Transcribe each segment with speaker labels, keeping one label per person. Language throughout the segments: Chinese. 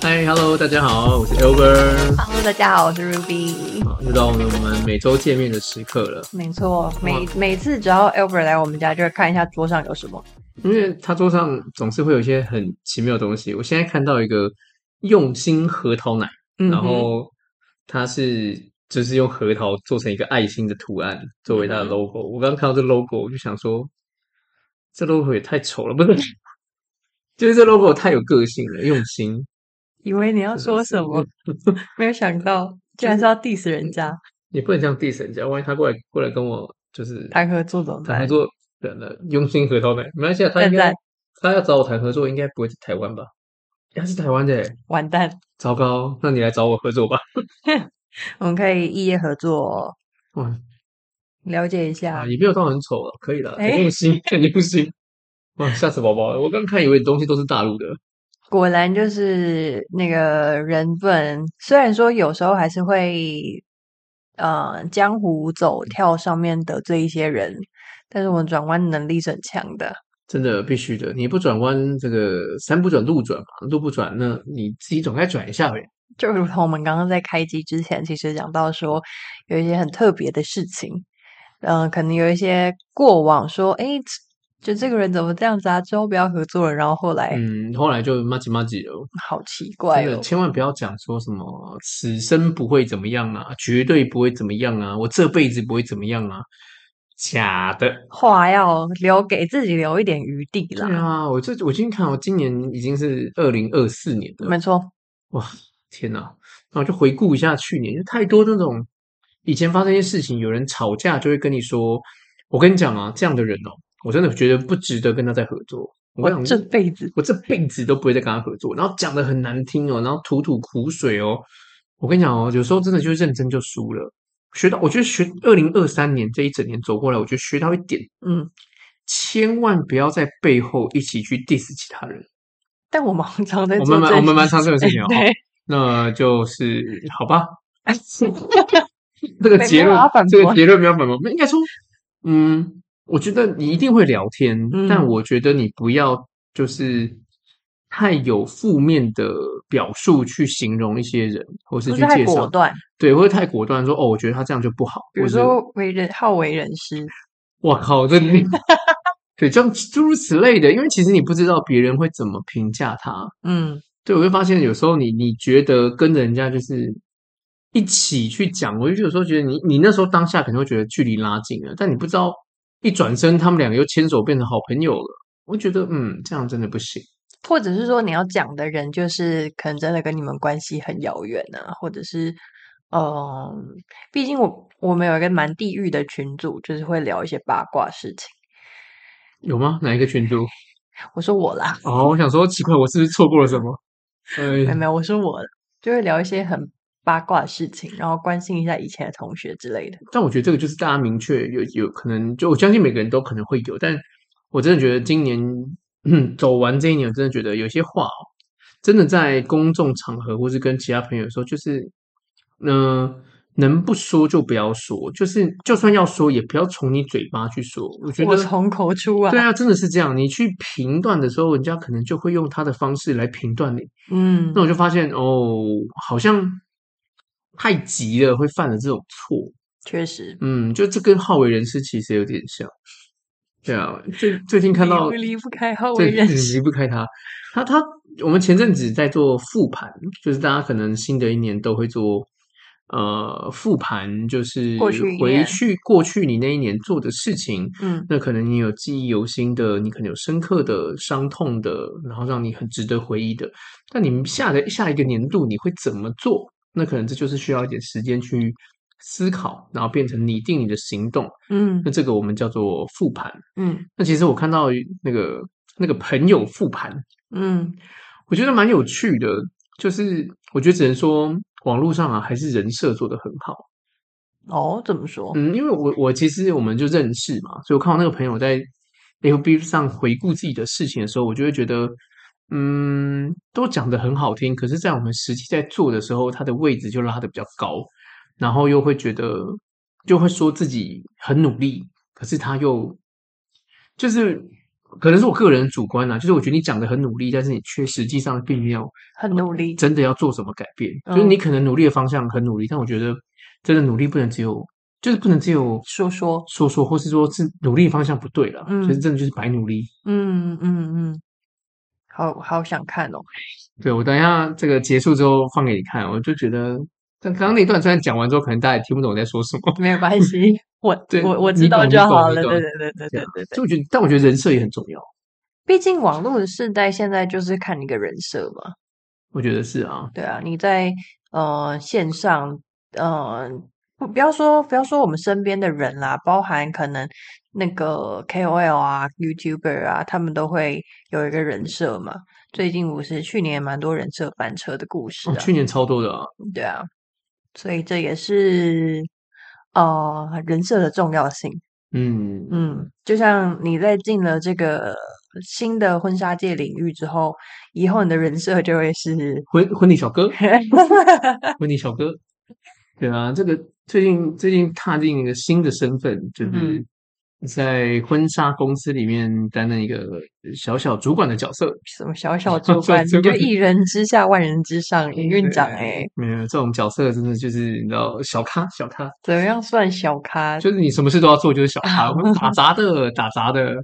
Speaker 1: 嗨，Hello，大家好，我是 Albert。
Speaker 2: Hello，大家好，我是 Ruby。
Speaker 1: 好，又到我们我们每周见面的时刻了。
Speaker 2: 没错，每每次只要 Albert 来我们家，就会看一下桌上有什么。
Speaker 1: 因为他桌上总是会有一些很奇妙的东西。我现在看到一个用心核桃奶，
Speaker 2: 嗯哼
Speaker 1: 然后它是就是用核桃做成一个爱心的图案作为它的
Speaker 2: 嗯哼
Speaker 1: logo。我刚看到这 logo，我就想说，这 logo 也太丑了，不是？ 就是这 logo 太有个性了，用心。
Speaker 2: 以为你要说什 么，没有想到竟然是要 diss 人家，
Speaker 1: 你不能这样 diss 人家，万一他过来过来跟我就是
Speaker 2: 谈合作怎么
Speaker 1: 谈合
Speaker 2: 办？
Speaker 1: 作人了，用心核桃奶，没关系啊，他应
Speaker 2: 现
Speaker 1: 该
Speaker 2: 在
Speaker 1: 他要找我谈合作，应该不会是台湾吧？诶他是台湾的耶，
Speaker 2: 完蛋，
Speaker 1: 糟糕，那你来找我合作吧。
Speaker 2: 我们可以异业合作，
Speaker 1: 哇，
Speaker 2: 了解一下
Speaker 1: 啊，。也没有到很丑了，可以了，
Speaker 2: 诶
Speaker 1: 很用 心，很用心。哇，吓死宝宝了！我刚看以为你东西都是大陆的，
Speaker 2: 果然就是那个人不能，虽然说有时候还是会，呃，江湖走跳上面得罪一些人，但是我们转弯能力是很强的。
Speaker 1: 真的必须的。你不转弯，这个山不转路转嘛，路不转，那你自己总该转一下呗。
Speaker 2: 就如同我们刚刚在开机之前，其实讲到说有一些很特别的事情，嗯、可能有一些过往说，诶，这就这个人怎么这样子啊，之后不要合作了，然后后来、
Speaker 1: 嗯，后来就麻吉麻吉了。
Speaker 2: 好奇怪
Speaker 1: 真的
Speaker 2: 哦，
Speaker 1: 千万不要讲说什么此生不会怎么样啊，绝对不会怎么样啊，我这辈子不会怎么样啊，假的。
Speaker 2: 话要留给自己留一点余地
Speaker 1: 对
Speaker 2: 啦。
Speaker 1: 啊，我这我今天看，我今年已经是二零二四年了，
Speaker 2: 没错，
Speaker 1: 哇，天哪！然后就回顾一下去年，就太多那种以前发生一些事情，有人吵架就会跟你说，我跟你讲啊，这样的人哦，我真的觉得不值得跟他再合作。我
Speaker 2: 我
Speaker 1: 跟你
Speaker 2: 这
Speaker 1: 讲，
Speaker 2: 辈子
Speaker 1: 我这辈子都不会再跟他合作。然后讲的很难听哦，然后吐吐苦水哦。我跟你讲哦，有时候真的就认真就输了。学到，我觉得学二零二三年这一整年走过来，我觉得学到一点，
Speaker 2: 嗯，
Speaker 1: 千万不要在背后一起去 diss 其他人。
Speaker 2: 但我们常常在
Speaker 1: 我
Speaker 2: 做
Speaker 1: 们蛮
Speaker 2: 这
Speaker 1: 我们
Speaker 2: 件
Speaker 1: 蛮
Speaker 2: 事
Speaker 1: 常这种事情哦。
Speaker 2: 对，
Speaker 1: 那就是好吧。这个
Speaker 2: 没
Speaker 1: 结
Speaker 2: 没有
Speaker 1: 论
Speaker 2: 要反，
Speaker 1: 这个
Speaker 2: 驳
Speaker 1: 结论没有反驳，应该说，嗯，我觉得你一定会聊天，
Speaker 2: 嗯
Speaker 1: 但我觉得你不要就是太有负面的表述去形容一些人，或是
Speaker 2: 不
Speaker 1: 去
Speaker 2: 是太
Speaker 1: 介
Speaker 2: 果
Speaker 1: 绍，
Speaker 2: 断。
Speaker 1: 对，或者太果断说哦，我觉得他这样就不好，
Speaker 2: 比如
Speaker 1: 或者
Speaker 2: 说为人好为人师，
Speaker 1: 我靠，这 对，这样诸如此类的，因为其实你不知道别人会怎么评价他，
Speaker 2: 嗯，
Speaker 1: 对，我会发现有时候你你觉得跟人家就是一起去讲，我就有时候觉得你你那时候当下可能会觉得距离拉近了，但你不知道一转身他们两个又牵手变成好朋友了，我觉得嗯这样真的不行。
Speaker 2: 或者是说你要讲的人，就是可能真的跟你们关系很遥远啊，或者是，嗯，毕竟我我们有一个蛮地域的群组，就是会聊一些八卦事情。
Speaker 1: 有吗？哪一个群组？
Speaker 2: 我说我啦，
Speaker 1: 哦，我想说奇怪，我是不是错过了什 么？
Speaker 2: 没有
Speaker 1: 哎，
Speaker 2: 没有，我说我啦就会聊一些很八卦的事情，然后关心一下以前的同学之类的。
Speaker 1: 但我觉得这个就是大家明确有有可能，就我相信每个人都可能会有，但我真的觉得今年、嗯、走完这一年，我真的觉得有些话哦，真的在公众场合或是跟其他朋友说，就是嗯、呃能不说就不要说，就是就算要说，也不要从你嘴巴去说。我觉
Speaker 2: 我
Speaker 1: 得
Speaker 2: 从口出啊
Speaker 1: 对，啊，真的是这样。你去评断的时候，人家可能就会用他的方式来评断你。
Speaker 2: 嗯
Speaker 1: 那，我就发现哦，好像太急了会犯了这种错。
Speaker 2: 确实。
Speaker 1: 嗯，就这跟好为人师其实有点像。对啊，最最近看
Speaker 2: 离
Speaker 1: 到
Speaker 2: 不离不开好
Speaker 1: 对
Speaker 2: 为人
Speaker 1: 嗯
Speaker 2: 师
Speaker 1: 离不开他。他他，我们前阵子在做复盘，就是大家可能新的一年都会做呃复盘，就是
Speaker 2: 过去一
Speaker 1: 回
Speaker 2: 年
Speaker 1: 去过去你那一年做的事情，
Speaker 2: 嗯
Speaker 1: 那可能你有记忆犹新的，你可能有深刻的、伤痛的，然后让你很值得回忆的。但你下的下一个年度你会怎么做？那可能这就是需要一点时间去思考，然后变成拟定你的行动。
Speaker 2: 嗯
Speaker 1: 那这个我们叫做复盘。
Speaker 2: 嗯
Speaker 1: 那其实我看到那个那个朋友复盘，
Speaker 2: 嗯，
Speaker 1: 我觉得蛮有趣的，就是我觉得只能说网络上啊，还是人设做得很好。
Speaker 2: 哦，怎么说？
Speaker 1: 嗯，因为我我其实我们就认识嘛，所以我看到那个朋友在 FB 上回顾自己的事情的时候，我就会觉得，嗯，都讲得很好听，可是，在我们实际在做的时候，他的位置就拉得比较高，然后又会觉得，就会说自己很努力，可是他又就是可能是我个人主观啊啦、就是我觉得你讲的很努力，但是你却实际上并没有
Speaker 2: 很努力，
Speaker 1: 真的要做什么改变。
Speaker 2: 嗯
Speaker 1: 就是你可能努力的方向很努力，但我觉得真的努力不能只有，就是不能只有
Speaker 2: 说说，
Speaker 1: 说说，或是说是努力的方向不对了，
Speaker 2: 嗯
Speaker 1: 就是真的就是白努力。
Speaker 2: 嗯嗯嗯，好好想看哦，
Speaker 1: 对我等一下这个结束之后放给你看，我就觉得，但刚刚那段虽然讲完之后，可能大家也听不懂我在说什么，
Speaker 2: 没有关系，我
Speaker 1: 对
Speaker 2: 我我
Speaker 1: 你
Speaker 2: 知道
Speaker 1: 懂你
Speaker 2: 就
Speaker 1: 懂
Speaker 2: 好
Speaker 1: 你
Speaker 2: 了，
Speaker 1: 懂
Speaker 2: 对对对对
Speaker 1: 这
Speaker 2: 对
Speaker 1: 样
Speaker 2: 对对，
Speaker 1: 所以我觉得，但我觉得人设也很重要，
Speaker 2: 毕竟网络的世代现在就是看一个人设嘛，
Speaker 1: 我觉得是啊，
Speaker 2: 对啊，你在呃线上，呃，不不要说不要说我们身边的人啦，包含可能那个 KOL 啊、YouTuber 啊，他们都会有一个人设嘛。最近不是去年也蛮多人设翻车的故事
Speaker 1: 哦
Speaker 2: 啊，
Speaker 1: 去年超多的啊，
Speaker 2: 对啊，所以这也是呃人设的重要性。
Speaker 1: 嗯
Speaker 2: 嗯，就像你在进了这个新的婚纱界领域之后，以后你的人设就会是
Speaker 1: 婚婚礼小 哥，婚礼小哥，对啊，这个最近最近踏进一个新的身份，就是在婚纱公司里面担任一个小小主管的角色，
Speaker 2: 什么小小主管，你
Speaker 1: 主
Speaker 2: 就
Speaker 1: 管
Speaker 2: 一人之下万人之上，营运长哎、
Speaker 1: 没有这种角色真的就是你知道小咖小咖，
Speaker 2: 怎么样算小咖？
Speaker 1: 就是你什么事都要做，就是小咖，我打杂 的，打杂的。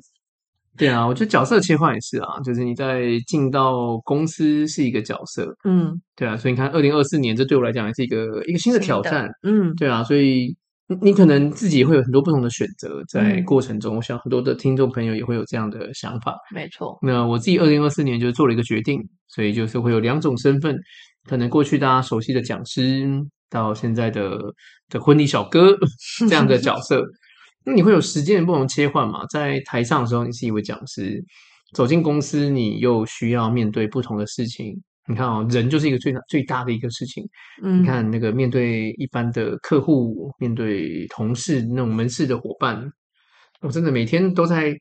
Speaker 1: 对啊，我觉得角色切换也是啊，就是你在进到公司是一个角色，
Speaker 2: 嗯
Speaker 1: 对啊，所以你看二零二四年，这对我来讲也是一个一个新的
Speaker 2: 新
Speaker 1: 挑
Speaker 2: 的
Speaker 1: 战，
Speaker 2: 嗯
Speaker 1: 对啊，所以你你可能自己会有很多不同的选择，在
Speaker 2: 嗯
Speaker 1: 过程中，我想很多的听众朋友也会有这样的想法。
Speaker 2: 没错，
Speaker 1: 那我自己二零二四年就做了一个决定，所以就是会有两种身份，可能过去大家熟悉的讲师，到现在的的婚礼小哥这样的角色。那你会有时间的不同切换嘛？在台上的时候，你是一位讲师；走进公司，你又需要面对不同的事情。你看哦，人就是一个最大最大的一个事情。
Speaker 2: 嗯，
Speaker 1: 你看那个面对一般的客户，面对同事那种门市的伙伴，我真的每天都在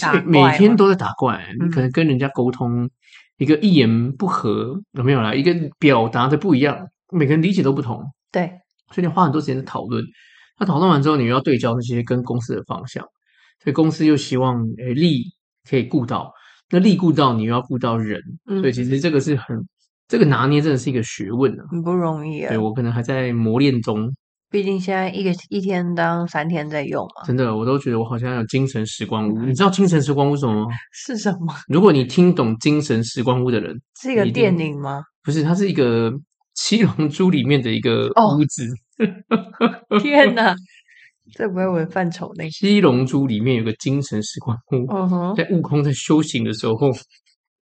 Speaker 2: 打
Speaker 1: 每
Speaker 2: 怪
Speaker 1: 每天
Speaker 2: 吗嗯
Speaker 1: 都在打怪，你可能跟人家沟通一个一言不合有没有啦，一个表达的不一样，每个人理解都不同，
Speaker 2: 对，
Speaker 1: 所以你花很多时间在讨论。那讨论完之后，你又要对焦那些跟公司的方向，所以公司又希望诶利可以顾到，那利顾到你又要顾到人，
Speaker 2: 嗯
Speaker 1: 所以，其实这个是很这个拿捏真的是一个学问啊。
Speaker 2: 很不容易啊
Speaker 1: 对。我可能还在磨练中，
Speaker 2: 毕竟现在一个一天当三天在用嘛，
Speaker 1: 真的，我都觉得我好像有精神时光
Speaker 2: 嗯
Speaker 1: 屋。你知道精神时光屋是什么吗？
Speaker 2: 是什么？
Speaker 1: 如果你听懂精神时光屋的人，
Speaker 2: 是一个
Speaker 1: 一定
Speaker 2: 电影吗？
Speaker 1: 不是，它是一个《七龙珠》里面的一个
Speaker 2: 哦
Speaker 1: 屋子，
Speaker 2: 天哪，这不会我的范畴内。
Speaker 1: 七龙珠》里面有个精神时光屋，
Speaker 2: 嗯哼，
Speaker 1: 在悟空在修行的时候，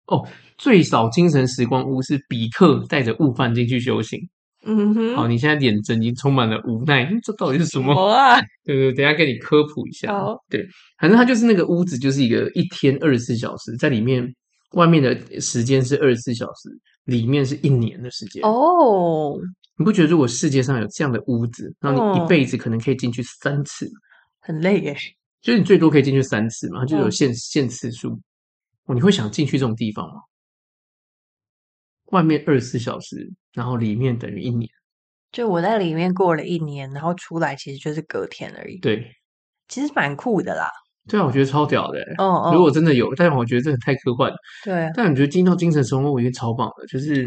Speaker 1: 哦，最少精神时光屋是比克带着悟饭进去修行。
Speaker 2: 嗯哼，
Speaker 1: 好，你现在眼神已经充满了无奈，嗯这到底是什么？
Speaker 2: 啊？
Speaker 1: 对对，等一下给你科普一下。啊
Speaker 2: 好，
Speaker 1: 对，反正它就是那个屋子，就是一个一天二十四小时，在里面外面的时间是二十四小时，里面是一年的时间。，
Speaker 2: 哦，
Speaker 1: 你不觉得如果世界上有这样的屋子，那你
Speaker 2: 哦
Speaker 1: 一辈子可能可以进去三次，
Speaker 2: 很累耶。
Speaker 1: 就是你最多可以进去三次嘛，它就有
Speaker 2: 嗯
Speaker 1: 限、限次数。哦，你会想进去这种地方吗？外面二十四小时，然后里面等于一年。
Speaker 2: 就我在里面过了一年，然后出来其实就是隔天而已，
Speaker 1: 对，
Speaker 2: 其实蛮酷的啦。
Speaker 1: 对啊，我觉得超屌的欸、
Speaker 2: 哦哦，
Speaker 1: 如果真的有，但我觉得这个太科幻了。
Speaker 2: 对啊，
Speaker 1: 但我觉得进到精神生活，我觉得超棒的，就是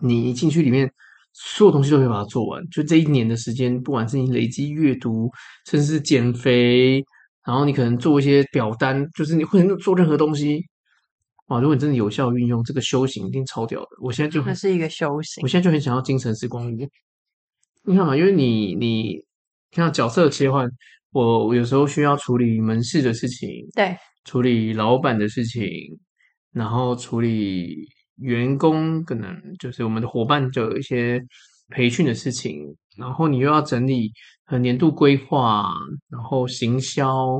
Speaker 1: 你一进去里面，所有东西都可以把它做完。就这一年的时间，不管是你累积阅读，甚至是减肥，然后你可能做一些表单，就是你会做任何东西。哇！如果你真的有效运用这个修行，一定超屌的。我现在就很
Speaker 2: 那是一个修行
Speaker 1: 我。现在就很想要精神时光屋。你看嘛，因为你你看角色切换，我我有时候需要处理门市的事情，
Speaker 2: 对，
Speaker 1: 处理老板的事情，然后处理员工可能就是我们的伙伴就有一些培训的事情，然后你又要整理呃年度规划，然后行销，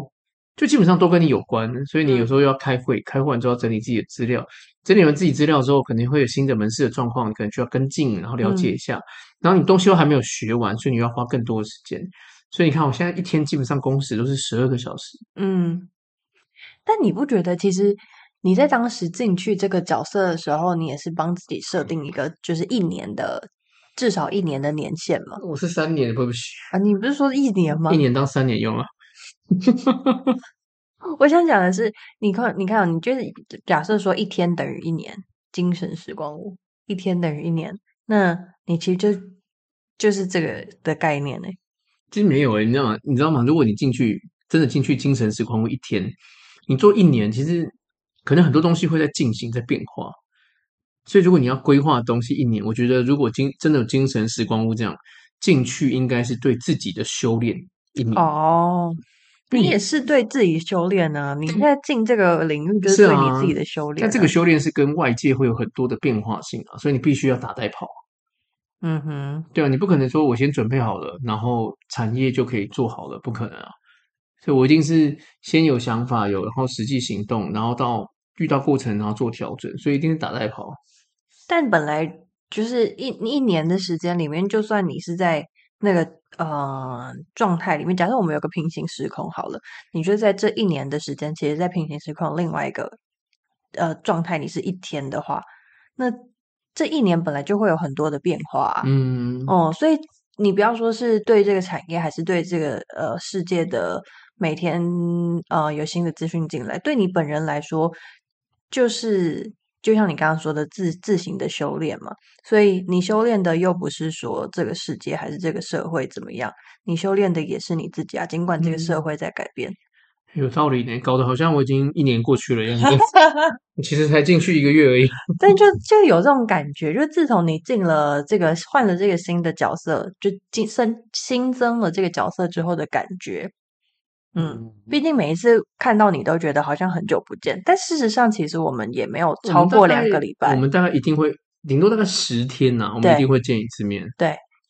Speaker 1: 就基本上都跟你有关，所以你有时候要开会，开会完之后要整理自己的资料，整理完自己资料之后，肯定会有新的门市的状况，你可能需要跟进，然后了解一下，然后你东西又还没有学完，所以你要花更多的时间。所以你看，我现在一天基本上工时都是十二个小时，
Speaker 2: 嗯。但你不觉得其实你在当时进去这个角色的时候，你也是帮自己设定一个就是一年的至少一年的年限吗？
Speaker 1: 我是三年，会不会？
Speaker 2: 啊，你不是说一年吗
Speaker 1: 一？年当三年用啊。
Speaker 2: 我想讲的是，你看，你看哦，你就是假设说一天等于一年，精神时光屋一天等于一年，那你其实就就是这个的概念欸呢、
Speaker 1: 其实没有诶、欸你知道吗？你知道吗？如果你进去真的进去精神时光屋一天，你做一年，其实可能很多东西会在进行，在变化。所以如果你要规划东西一年，我觉得如果精真的有精神时光屋这样进去，应该是对自己的修炼一年。
Speaker 2: 哦，
Speaker 1: 因为
Speaker 2: 你也是对自己修炼啊，你现在进这个领域就是是对你
Speaker 1: 嗯啊
Speaker 2: 自己的修炼、
Speaker 1: 但
Speaker 2: 啊。
Speaker 1: 这个修炼是跟外界会有很多的变化性啊，所以你必须要打带跑。
Speaker 2: 嗯哼，
Speaker 1: 对啊，你不可能说我先准备好了，然后产业就可以做好了，不可能啊。所以我一定是先有想法，有然后实际行动，然后到遇到过程，然后做调整，所以一定是打带跑。
Speaker 2: 啊但本来就是一一年的时间里面，就算你是在那个呃状态里面，假设我们有个平行时空好了，你就在这一年的时间，其实，在平行时空另外一个呃状态，你是一天的话，那这一年本来就会有很多的变化、啊，
Speaker 1: 嗯，
Speaker 2: 哦，所以你不要说是对这个产业，还是对这个呃世界的每天呃有新的资讯进来，对你本人来说，就是就像你刚刚说的自自行的修炼嘛。所以你修炼的又不是说这个世界还是这个社会怎么样，你修炼的也是你自己啊。尽管这个社
Speaker 1: 嗯
Speaker 2: 会在改 变，
Speaker 1: 有道理呢，搞得好像我已经一年过去了一样 子。其实才进去一个月而已。
Speaker 2: 但就就有这种感觉，就自从你进了这个换了这个新的角色，就新增新增了这个角色之后的感觉，嗯。毕竟每一次看到你都觉得好像很久不见，但事实上其实我们也没有
Speaker 1: 我们
Speaker 2: 超
Speaker 1: 大
Speaker 2: 过
Speaker 1: 概
Speaker 2: 两个礼
Speaker 1: 我
Speaker 2: 拜。
Speaker 1: 们大概一定会顶多大概十天呐、我们
Speaker 2: 对
Speaker 1: 一定会见一次面。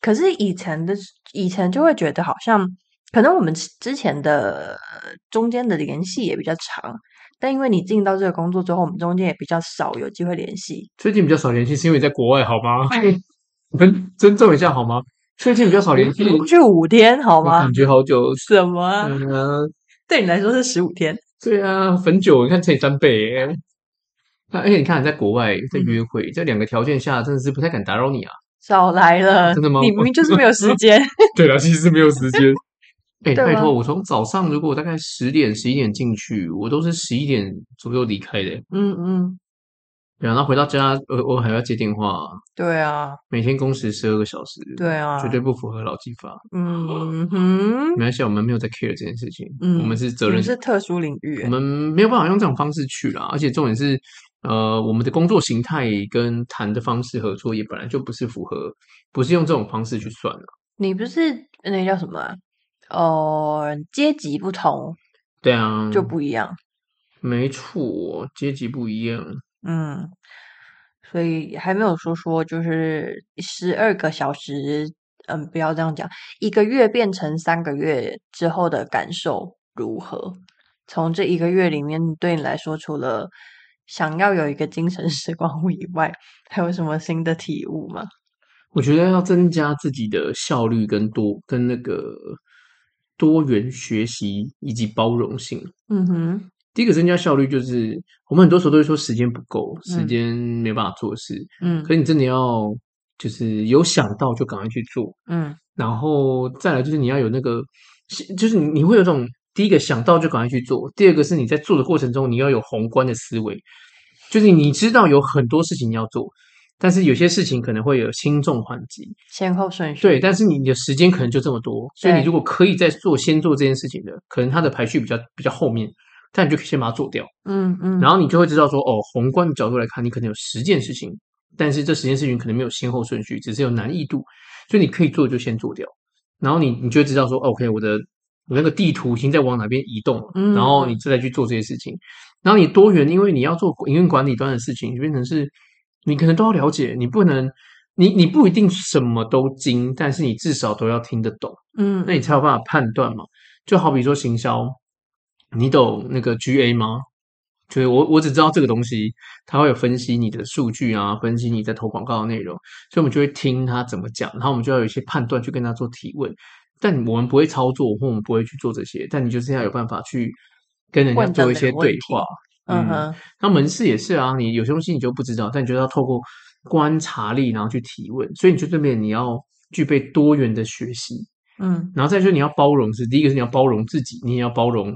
Speaker 2: 可是以前的以前就会觉得好像可能我们之之前的呃中间的联系也比较长，但因为你进到这个工作之后，我们中间也比较少有机会联系。
Speaker 1: 最近比较少联系，是因为你在国外好吗？
Speaker 2: 哎
Speaker 1: 我们尊重一下好吗？最近比较少联系，
Speaker 2: 就五天好
Speaker 1: 我
Speaker 2: 吗
Speaker 1: 感？觉好久。
Speaker 2: 什么啊？
Speaker 1: 嗯、啊，
Speaker 2: 对你来说是十五天？
Speaker 1: 对啊，汾酒你看乘以三倍耶。那而且你看，在国外在约会，在两个条件下，真的是不太敢打扰你啊。
Speaker 2: 少来了，
Speaker 1: 哦真的吗
Speaker 2: 你明明就是没有时间。
Speaker 1: 对啦，其实没有时间。 哎、
Speaker 2: 对啊
Speaker 1: 拜托，我从早上如果大概十点、十一点进去，我都是十一点左右离开的。
Speaker 2: 嗯嗯，
Speaker 1: 对啊，然后回到家，我我还要接电话，
Speaker 2: 对啊，
Speaker 1: 每天工时十二个小时，
Speaker 2: 对啊
Speaker 1: 绝对不符合劳基法。
Speaker 2: 嗯哼，
Speaker 1: 没关系，我们没有在 care 这件事情，
Speaker 2: 嗯
Speaker 1: 我们是责
Speaker 2: 你
Speaker 1: 任
Speaker 2: 们，是特殊领域
Speaker 1: 我。们没有办法用这种方式去啦。而且重点是，呃，我们的工作形态跟谈的方式合作也本来就不是符合，不是用这种方式去算的。
Speaker 2: 你不是那叫什么啊、哦，阶级不同
Speaker 1: 对啊，
Speaker 2: 就不一样。
Speaker 1: 没错，阶级不一样。
Speaker 2: 嗯，所以还没有说说就是十二个小时，嗯，不要这样讲，一个月变成三个月之后的感受如何？从这一个月里面，对你来说，除了想要有一个精神时光屋以外，还有什么新的体悟吗？
Speaker 1: 我觉得要增加自己的效率跟多跟那个多元学习以及包容性。
Speaker 2: 嗯哼，
Speaker 1: 第一个增加效率就是，我们很多时候都会说时间不够，时
Speaker 2: 嗯
Speaker 1: 间没办法做事。
Speaker 2: 嗯
Speaker 1: 可是你真的要就是有想到就赶快去做，
Speaker 2: 嗯
Speaker 1: 然后再来就是你要有那个，就是你你会有种第一个想到就赶快去做，第二个是你在做的过程中你要有宏观的思维，就是你知道有很多事情要做，但是有些事情可能会有轻重缓急，
Speaker 2: 先后顺序。
Speaker 1: 对，但是你你的时间可能就这么多，所以你
Speaker 2: 对
Speaker 1: 如果可以在做先做这件事情的，可能它的排序比较比较后面，但你就可以先把它做掉，
Speaker 2: 嗯嗯，
Speaker 1: 然后你就会知道说，哦，宏观的角度来看，你可能有十件事情，但是这十件事情可能没有先后顺序，只是有难易度，所以你可以做就先做掉，然后你你就会知道说哦，OK，我的我那个地图已经在往哪边移动了，
Speaker 2: 嗯
Speaker 1: 然后你再来去做这些事情，然后你多元，因为你要做营运管理端的事情，就变成是你可能都要了解，你不能。你你不一定什么都精，但是你至少都要听得懂，
Speaker 2: 嗯，
Speaker 1: 那你才有办法判断嘛。就好比说行销，你懂那个 GA 吗？就是我我只知道这个东西，它会有分析你的数据啊，分析你在投广告的内容，所以我们就会听他怎么讲，然后我们就要有一些判断去跟他做提问。但我们不会操作，或我们不会去做这些，但你就是要有办法去跟人家
Speaker 2: 问到
Speaker 1: 做一
Speaker 2: 那
Speaker 1: 些
Speaker 2: 个问
Speaker 1: 对
Speaker 2: 题
Speaker 1: 话。
Speaker 2: 嗯哼，
Speaker 1: 那门市也是啊，你有些东西你就不知道，但你就要透过观察力，然后去提问。所以你就这边你要具备多元的学习，
Speaker 2: 嗯
Speaker 1: 然后再就是你要包容是，第一个是你要包容自己，你也要包容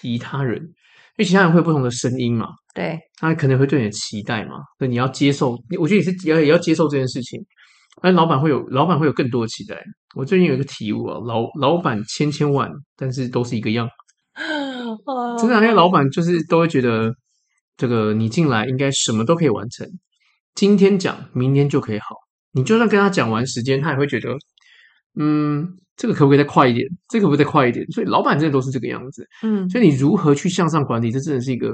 Speaker 1: 其他人，因为其他人会有不同的声音嘛，
Speaker 2: 对，
Speaker 1: 他可能会对你的期待嘛，所以你要接受，你我觉得也是要也要接受这件事情。而老板会有老板会有更多的期待。我最近有一个体悟啊，老老板千千万，但是都是一个样。 真的
Speaker 2: 嗯
Speaker 1: 啊，因为老板就是都会觉得，这个你进来应该什么都可以完成，今天讲，明天就可以好。你就算跟他讲完时间，他也会觉得，嗯，这个可不可以再快一点？这个可不可以再快一点？所以老板真的都是这个样子。
Speaker 2: 嗯，
Speaker 1: 所以你如何去向上管理，这真的是一个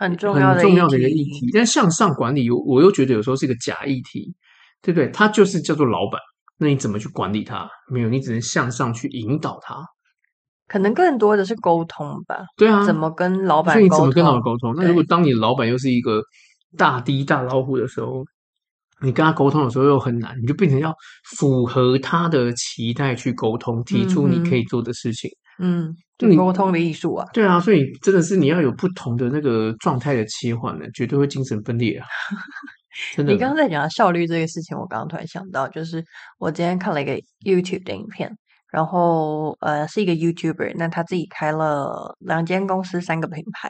Speaker 2: 很重
Speaker 1: 很
Speaker 2: 要的
Speaker 1: 重要的一个议
Speaker 2: 议
Speaker 1: 题。但向上管理，我我又觉得有时候是一个假议题，对不对？它就是叫做老板，那你怎么去管理他？没有，你只能向上去引导他。
Speaker 2: 可能更多的是沟通吧，
Speaker 1: 对啊，
Speaker 2: 怎么跟老板
Speaker 1: 所以你
Speaker 2: 沟
Speaker 1: 怎
Speaker 2: 通？
Speaker 1: 么跟老板沟通？那
Speaker 2: 对
Speaker 1: 如果当你的老板又是一个大滴大老虎的时候，你跟他沟通的时候又很难，你就变成要符合他的期待去沟通，提出你可以做的事情。
Speaker 2: 嗯，
Speaker 1: 就你
Speaker 2: 沟通的艺术啊，
Speaker 1: 对啊，所以真的是你要有不同的那个状态的切换呢，绝对会精神分裂 啊！真的，
Speaker 2: 你刚刚在讲到效率这个事情，我刚刚突然想到，就是我今天看了一个 YouTube 的影片，然后呃是一个 YouTuber，那他自己开了两间公司，三个品牌，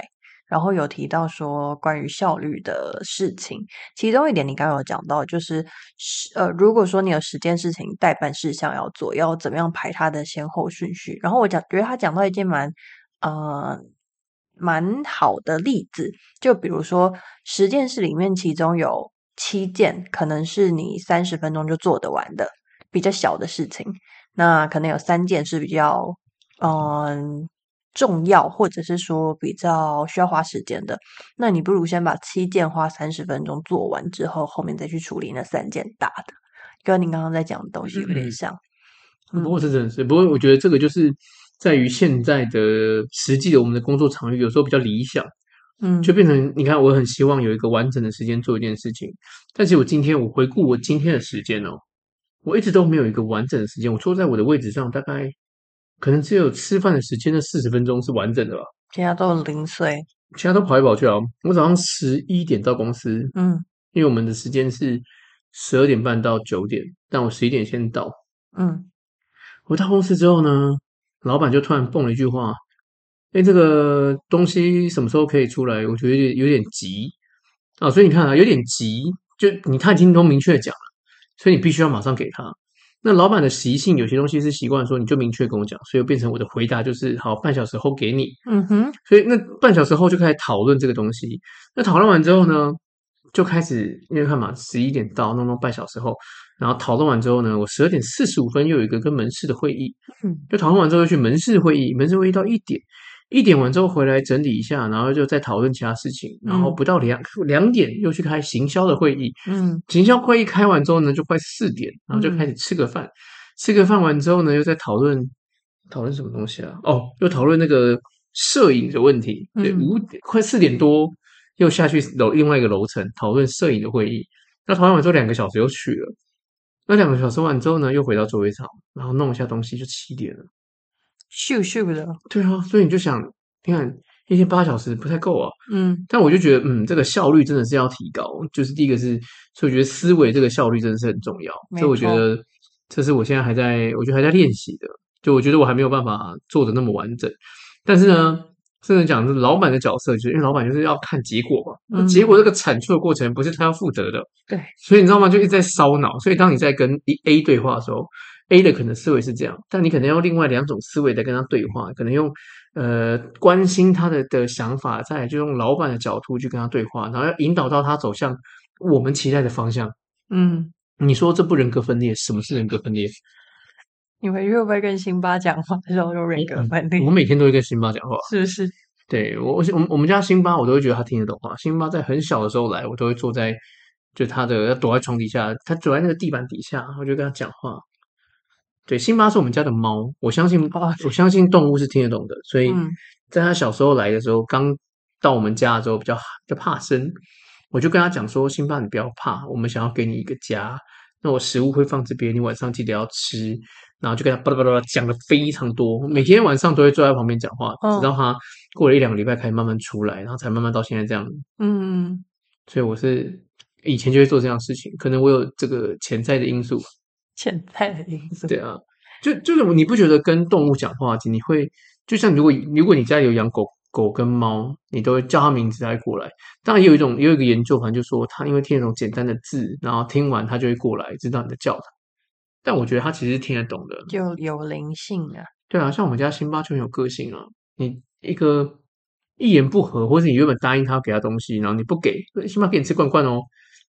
Speaker 2: 然后有提到说关于效率的事情，其中一点你刚刚有讲到，就是是呃如果说你有十件事情待办事项要做，要怎么样排它的先后顺序，然后我讲觉得他讲到一件蛮呃蛮好的例子，就比如说十件事里面，其中有七件可能是你三十分钟就做得完的比较小的事情，那可能有三件是比较嗯重要，或者是说比较需要花时间的。那你不如先把七件花三十分钟做完之后，后面再去处理那三件大的，跟你刚刚在讲的东西有点像。
Speaker 1: 不
Speaker 2: 嗯
Speaker 1: 过这真的是，不过我觉得这个就是在于现在的实际的我们的工作场域，有时候比较理想。
Speaker 2: 嗯，
Speaker 1: 就变成你看，我很希望有一个完整的时间做一件事情，但是我今天我回顾我今天的时间哦，我一直都没有一个完整的时间。我坐在我的位置上，大概可能只有吃饭的时间的四十分钟是完整的吧，
Speaker 2: 其他都很零碎。
Speaker 1: 其他都跑来跑去啊。我早上十一点到公司，
Speaker 2: 嗯
Speaker 1: 因为我们的时间是十二点半到九点，但我十一点先到。
Speaker 2: 嗯，
Speaker 1: 我到公司之后呢，老板就突然蹦了一句话：“哎，这个东西什么时候可以出来？我觉得有点有点急啊。”所以你看啊，有点急，就你他已经都明确讲了，所以你必须要马上给他。那老板的习性，有些东西是习惯说你就明确跟我讲，所以变成我的回答就是好，半小时后给你。
Speaker 2: 嗯哼，
Speaker 1: 所以那半小时后就开始讨论这个东西。那讨论完之后呢，就开始因为看嘛，十一点到，弄到半小时后，然后讨论完之后呢，我十二点四十五分又有一个跟门市的会议，
Speaker 2: 嗯，
Speaker 1: 就讨论完之后又去门市会议，门市会议到一点，一点完之后回来整理一下，然后就再讨论其他事情，然后
Speaker 2: 嗯
Speaker 1: 不到两两点又去开行销的会议，
Speaker 2: 嗯
Speaker 1: 行销会议开完之后呢，就快四点，然后就开始吃个饭，吃个饭完之后呢，又在讨论讨论什么东西啊？哦，又讨论那个摄影的问题。对，
Speaker 2: 嗯
Speaker 1: 五点快四点多又下去楼另外一个楼层讨论摄影的会议。那讨论完之后两个小时又去了，那两个小时完之后呢，又回到座位上，然后弄一下东西就七点了。
Speaker 2: 咻咻的，
Speaker 1: 对啊，所以你就想，你看一天八小时不太够啊。
Speaker 2: 嗯
Speaker 1: 但我就觉得，嗯，这个效率真的是要提高。就是第一个是，所以我觉得思维这个效率真的是很重要。
Speaker 2: 没
Speaker 1: 这我觉
Speaker 2: 错
Speaker 1: 得，这是我现在还在，我觉得还在练习的。就我觉得我还没有办法做的那么完整，但是呢，甚至讲是老板的角色，就是因为老板就是要看结果嘛，那结果这个产出的过程不是他要负责的，
Speaker 2: 对，
Speaker 1: 所以你知道吗？就一直在烧脑。所以当你在跟一 A 对话的时候，A 的可能思维是这样，但你可能用另外两种思维在跟他对话，可能用呃关心他的的想法，再来就用老板的角度去跟他对话，然后要引导到他走向我们期待的方向。
Speaker 2: 嗯，
Speaker 1: 你说这不人格分裂？什么是人格分裂？
Speaker 2: 你回去会不会跟辛巴讲话的时候用人格
Speaker 1: 嗯
Speaker 2: 分裂？
Speaker 1: 我每天都会跟辛巴讲话。
Speaker 2: 是不是？
Speaker 1: 对我，我我们我们家辛巴，我都会觉得他听得懂话。辛巴在很小的时候来，我都会坐在就他的躲在床底下，他躲在那个地板底下，我就跟他讲话。对，辛巴是我们家的猫，我相信
Speaker 2: 哦
Speaker 1: 我相信动物是听得懂的，所以
Speaker 2: 嗯
Speaker 1: 在他小时候来的时候，刚到我们家的时候比较比较怕生，我就跟他讲说：“辛巴，你不要怕，我们想要给你一个家，那我食物会放这边，你晚上记得要吃。”然后就跟他巴拉巴拉巴拉讲了非常多，每天晚上都会坐在旁边讲话，
Speaker 2: 嗯
Speaker 1: 直到他过了一两个礼拜开始慢慢出来，然后才慢慢到现在这样。
Speaker 2: 嗯，
Speaker 1: 所以我是以前就会做这样的事情，可能我有这个潜在的因素吧。
Speaker 2: 潜在的因 素。
Speaker 1: 对啊，就就是你不觉得跟动物讲话，你会就像如果如果你家里有养狗狗跟猫，你都会叫它名字才过来。当然也有一种也有一个研究，反正就说它因为听得懂简单的字，然后听完它就会过来，知道你在叫它。但我觉得它其实听得懂的。
Speaker 2: 就有灵性啊。
Speaker 1: 对啊，像我们家辛巴就很有个性啊。你一个一言不合，或者你原本答应他给他东西，然后你不给，辛巴给你吃罐罐哦，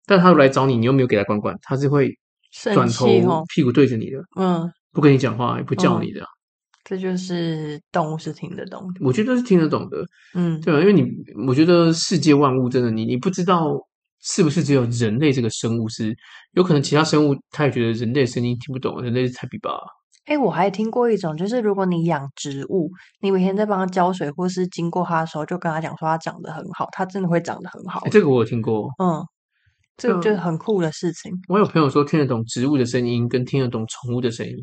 Speaker 1: 但他来找你，你又没有给他罐罐，他是会转头
Speaker 2: 生气哦，
Speaker 1: 屁股对着你的，
Speaker 2: 嗯，
Speaker 1: 不跟你讲话，也不叫你的啊、
Speaker 2: 这就是动物是听得懂的，
Speaker 1: 我觉得是听得懂的，
Speaker 2: 嗯，
Speaker 1: 对啊，因为你我觉得世界万物真的，你你不知道是不是只有人类这个生物是，有可能其他生物他也觉得人类的声音听不懂，人类是菜比吧。
Speaker 2: 哎，我还听过一种，就是如果你养植物，你每天在帮它浇水或是经过它的时候，就跟它讲说它长得很好，它真的会长得很好
Speaker 1: 哎。这个我有听过，
Speaker 2: 嗯，这个
Speaker 1: 嗯
Speaker 2: 就是很酷的事情
Speaker 1: 我有朋友说听得懂植物的声音，跟听得懂宠物的声音。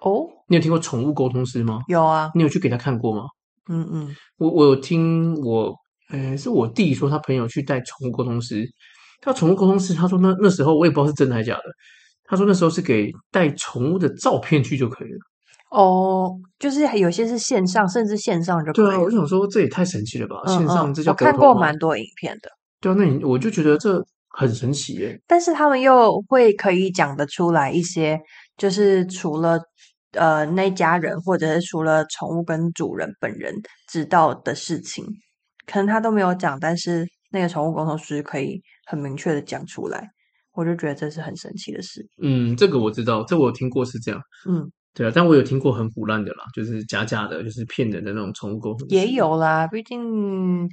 Speaker 2: 哦。
Speaker 1: 你有听过宠物沟通师吗？
Speaker 2: 有啊，
Speaker 1: 你有去给他看过吗？
Speaker 2: 嗯嗯，
Speaker 1: 我我有听我，呃，是我弟说他朋友去带宠物沟通师，他宠物沟通师他说那那时候我也不知道是真的还是假的，他说那时候是给带宠物的照片去就可以了。
Speaker 2: 哦，就是有些是线上，甚至线上就可
Speaker 1: 对
Speaker 2: 以
Speaker 1: 啊，我
Speaker 2: 了。
Speaker 1: 就想说这也太神奇了吧，
Speaker 2: 嗯
Speaker 1: 线上
Speaker 2: 嗯
Speaker 1: 这叫
Speaker 2: 我
Speaker 1: 沟
Speaker 2: 看
Speaker 1: 通
Speaker 2: 过
Speaker 1: 吗
Speaker 2: 蛮多影片的，
Speaker 1: 对啊，那你我就觉得这很神奇耶、
Speaker 2: 但是他们又会可以讲得出来一些，就是除了呃那家人或者是除了宠物跟主人本人知道的事情，可能他都没有讲，但是那个宠物沟通师可以很明确的讲出来，我就觉得这是很神奇的事。
Speaker 1: 嗯，这个我知道，这我有听过是这样。
Speaker 2: 嗯，
Speaker 1: 对啊，但我有听过很腐烂的啦，就是假假的，就是骗人的那种宠物沟通师。
Speaker 2: 也有啦，毕竟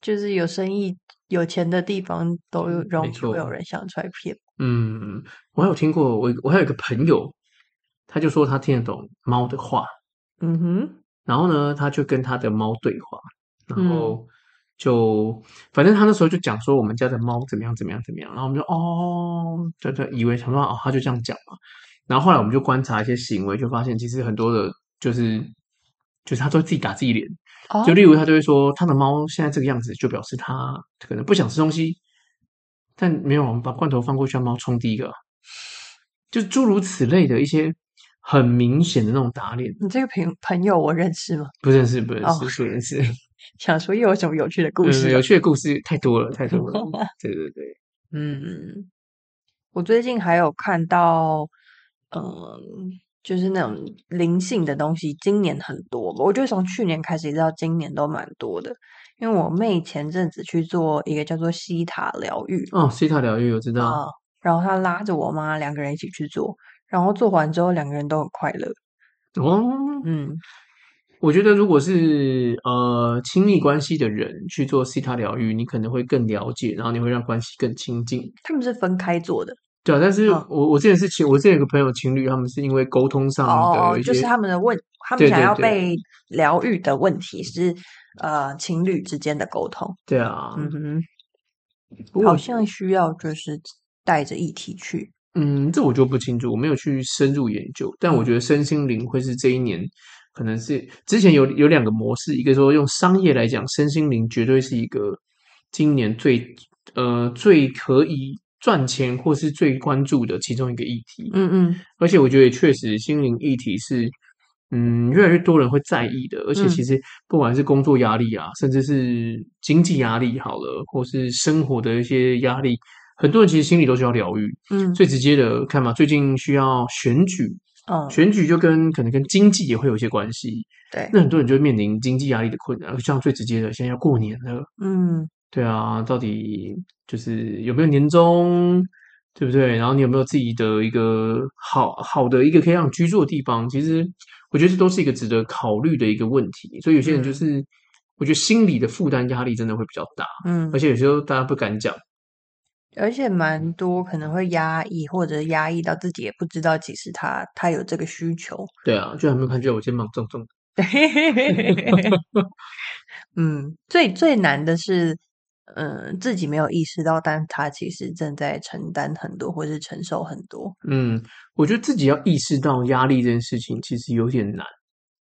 Speaker 2: 就是有生意、有钱的地方都有
Speaker 1: 嗯
Speaker 2: 容
Speaker 1: 没
Speaker 2: 易会有
Speaker 1: 错
Speaker 2: 人想出来骗。
Speaker 1: 嗯，我还有听过，我我还有一个朋友，他就说他听得懂猫的话，
Speaker 2: 嗯哼，
Speaker 1: 然后呢，他就跟他的猫对话，然后就、反正他那时候就讲说我们家的猫怎么样怎么样怎么样，然后我们就哦，就就以为想说哦，他就这样讲嘛。然后后来我们就观察一些行为，就发现其实很多的，就是就是他都自己打自己脸，
Speaker 2: 哦
Speaker 1: 就例如他就会说他的猫现在这个样子，就表示它可能不想吃东西，但没有我们把罐头放过去，让猫冲第一个啊，就诸如此类的一些很明显的那种打脸。
Speaker 2: 你这个朋朋友我认识吗？
Speaker 1: 不认识，不认
Speaker 2: 哦
Speaker 1: 识，不认 识。
Speaker 2: 想说又有什么有趣的故事
Speaker 1: 嗯
Speaker 2: 啊？
Speaker 1: 有趣的故事太多了，太 多了。对对对，
Speaker 2: 嗯，我最近还有看到，嗯，就是那种灵性的东西，今年很多吧。我觉得从去年开始一直到今年都蛮多的。因为我妹前阵子去做一个叫做西塔疗愈
Speaker 1: 哦，西塔疗愈我知道，
Speaker 2: 啊，然后她拉着我妈两个人一起去做，然后做完之后两个人都很快乐。
Speaker 1: 哦，
Speaker 2: 嗯，
Speaker 1: 我觉得如果是呃亲密关系的人去做西塔疗愈，你可能会更了解，然后你会让关系更亲近。
Speaker 2: 他们是分开做的
Speaker 1: 对啊，但是
Speaker 2: 嗯
Speaker 1: 我我之前是情，我之前有个朋友情侣，他们是因为沟通上
Speaker 2: 哦
Speaker 1: 的，一
Speaker 2: 就
Speaker 1: 嗯
Speaker 2: 是
Speaker 1: 些，
Speaker 2: 他们的问，他们
Speaker 1: 对
Speaker 2: 想
Speaker 1: 对
Speaker 2: 要
Speaker 1: 对
Speaker 2: 被疗愈的问题是呃情侣之间的沟通。
Speaker 1: 对啊，
Speaker 2: 嗯哼。
Speaker 1: 不过
Speaker 2: 好
Speaker 1: 我
Speaker 2: 像需要就是带着议题去。
Speaker 1: 嗯，这我就不清楚，我没有去深入研究。但我觉
Speaker 2: 嗯
Speaker 1: 得身心灵会是这一年，可能是之前有有两个模式，一个说用商业来讲，身心灵绝对是一个今年最呃最可以赚钱或是最关注的其中一个议题。
Speaker 2: 嗯嗯，
Speaker 1: 而且我觉得也确实，心灵议题是，嗯，越来越多人会在意的。而且
Speaker 2: 嗯
Speaker 1: 其实不管是工作压力啊，甚至是经济压力好了，或是生活的一些压力，很多人其实心里都需要疗愈。
Speaker 2: 嗯
Speaker 1: 最直接的看嘛，最近需要选举，
Speaker 2: 嗯，
Speaker 1: 选举就跟可能跟经济也会有一些关系。
Speaker 2: 对，
Speaker 1: 那很多人就会面临经济压力的困难，像最直接的，现在要过年了，
Speaker 2: 嗯
Speaker 1: 对啊，到底就是有没有年终，对不对？然后你有没有自己的一个好好的一个可以让你居住的地方？其实我觉得这都是一个值得考虑的一个问题。所以有些人就
Speaker 2: 嗯
Speaker 1: 是，我觉得心理的负担压力真的会比较大，
Speaker 2: 嗯，
Speaker 1: 而且有时候大家不敢讲。
Speaker 2: 而且蛮多可能会压抑，或者压抑到自己也不知道，其实他他有这个需求。
Speaker 1: 对啊，就还没有感觉我肩膀重重的。
Speaker 2: 嗯，最最难的是。嗯，自己没有意识到，但他其实正在承担很多，或是承受很多。
Speaker 1: 嗯，我觉得自己要意识到压力这件事情其实有点难。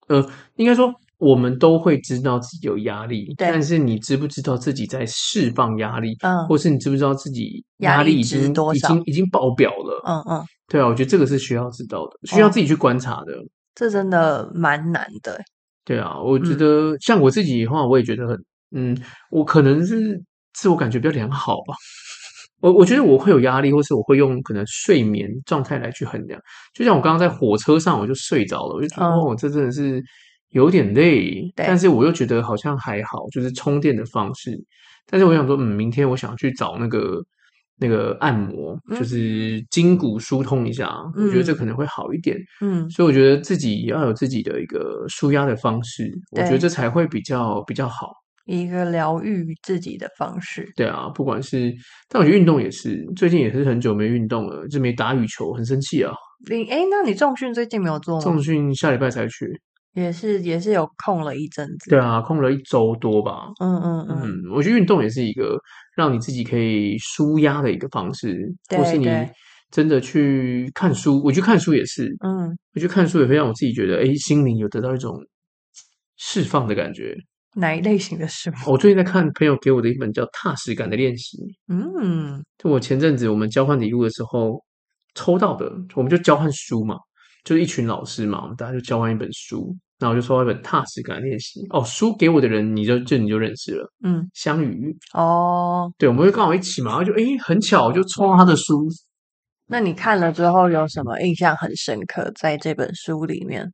Speaker 1: 呃，应该说，我们都会知道自己有压力，
Speaker 2: 对
Speaker 1: 但是你知不知道自己在释放压力，
Speaker 2: 嗯
Speaker 1: 或是你知不知道自己
Speaker 2: 压
Speaker 1: 压
Speaker 2: 力
Speaker 1: 力已
Speaker 2: 值
Speaker 1: 经
Speaker 2: 多
Speaker 1: 已
Speaker 2: 少
Speaker 1: 经已经爆表了？
Speaker 2: 嗯嗯，
Speaker 1: 对啊，我觉得这个是需要知道的，需要
Speaker 2: 哦
Speaker 1: 自己去观察的。
Speaker 2: 这真的蛮难的欸。
Speaker 1: 对啊，我觉
Speaker 2: 嗯
Speaker 1: 得像我自己的话，我也觉得很，嗯，我可能是自我感觉比较良好吧。我我觉得我会有压力，或是我会用可能睡眠状态来去衡量。就像我刚刚在火车上我就睡着了，我就觉得、
Speaker 2: 嗯
Speaker 1: 哦，这真的是有点累，
Speaker 2: 对
Speaker 1: 但是我又觉得好像还好，就是充电的方式。但是我想说，嗯，明天我想去找那个那个按摩，就
Speaker 2: 嗯
Speaker 1: 是筋骨疏通一下，啊我觉得这
Speaker 2: 嗯
Speaker 1: 可能会好一点。
Speaker 2: 嗯，
Speaker 1: 所以我觉得自己要有自己的一个舒压的方式，我觉得
Speaker 2: 对
Speaker 1: 这才会比较比较好。
Speaker 2: 一个疗愈自己的方式。
Speaker 1: 对啊，不管是，但我觉得运动也是，最近也是很久没运动了，就没打羽球，很生气啊。
Speaker 2: 你哎，那你重训最近没有做吗
Speaker 1: 重？训下礼拜才去，
Speaker 2: 也是也是有空了一阵子。
Speaker 1: 对啊，空了一周多吧。
Speaker 2: 嗯嗯嗯，
Speaker 1: 嗯，我觉得运动也是一个让你自己可以舒压的一个方式，或
Speaker 2: 对
Speaker 1: 是你
Speaker 2: 对
Speaker 1: 真的去看书，我去看书也是，
Speaker 2: 嗯，
Speaker 1: 我去看书也会让我自己觉得，哎，心灵有得到一种释放的感觉。
Speaker 2: 哪一类型的事？
Speaker 1: 我最近在看朋友给我的一本叫《踏实感的练习》，
Speaker 2: 嗯，
Speaker 1: 就我前阵子我们交换礼物的时候抽到的，我们就交换书嘛，就是一群老师嘛，我们大家就交换一本书，那我就抽到一本《踏实感的练习》。哦，书给我的人你就就你就认识了，
Speaker 2: 嗯，
Speaker 1: 香鱼，
Speaker 2: 哦，
Speaker 1: 对，我们会刚好一起嘛，然后就诶很巧我就抽到他的书，
Speaker 2: 那你看了之后有什么印象很深刻？在这本书里面，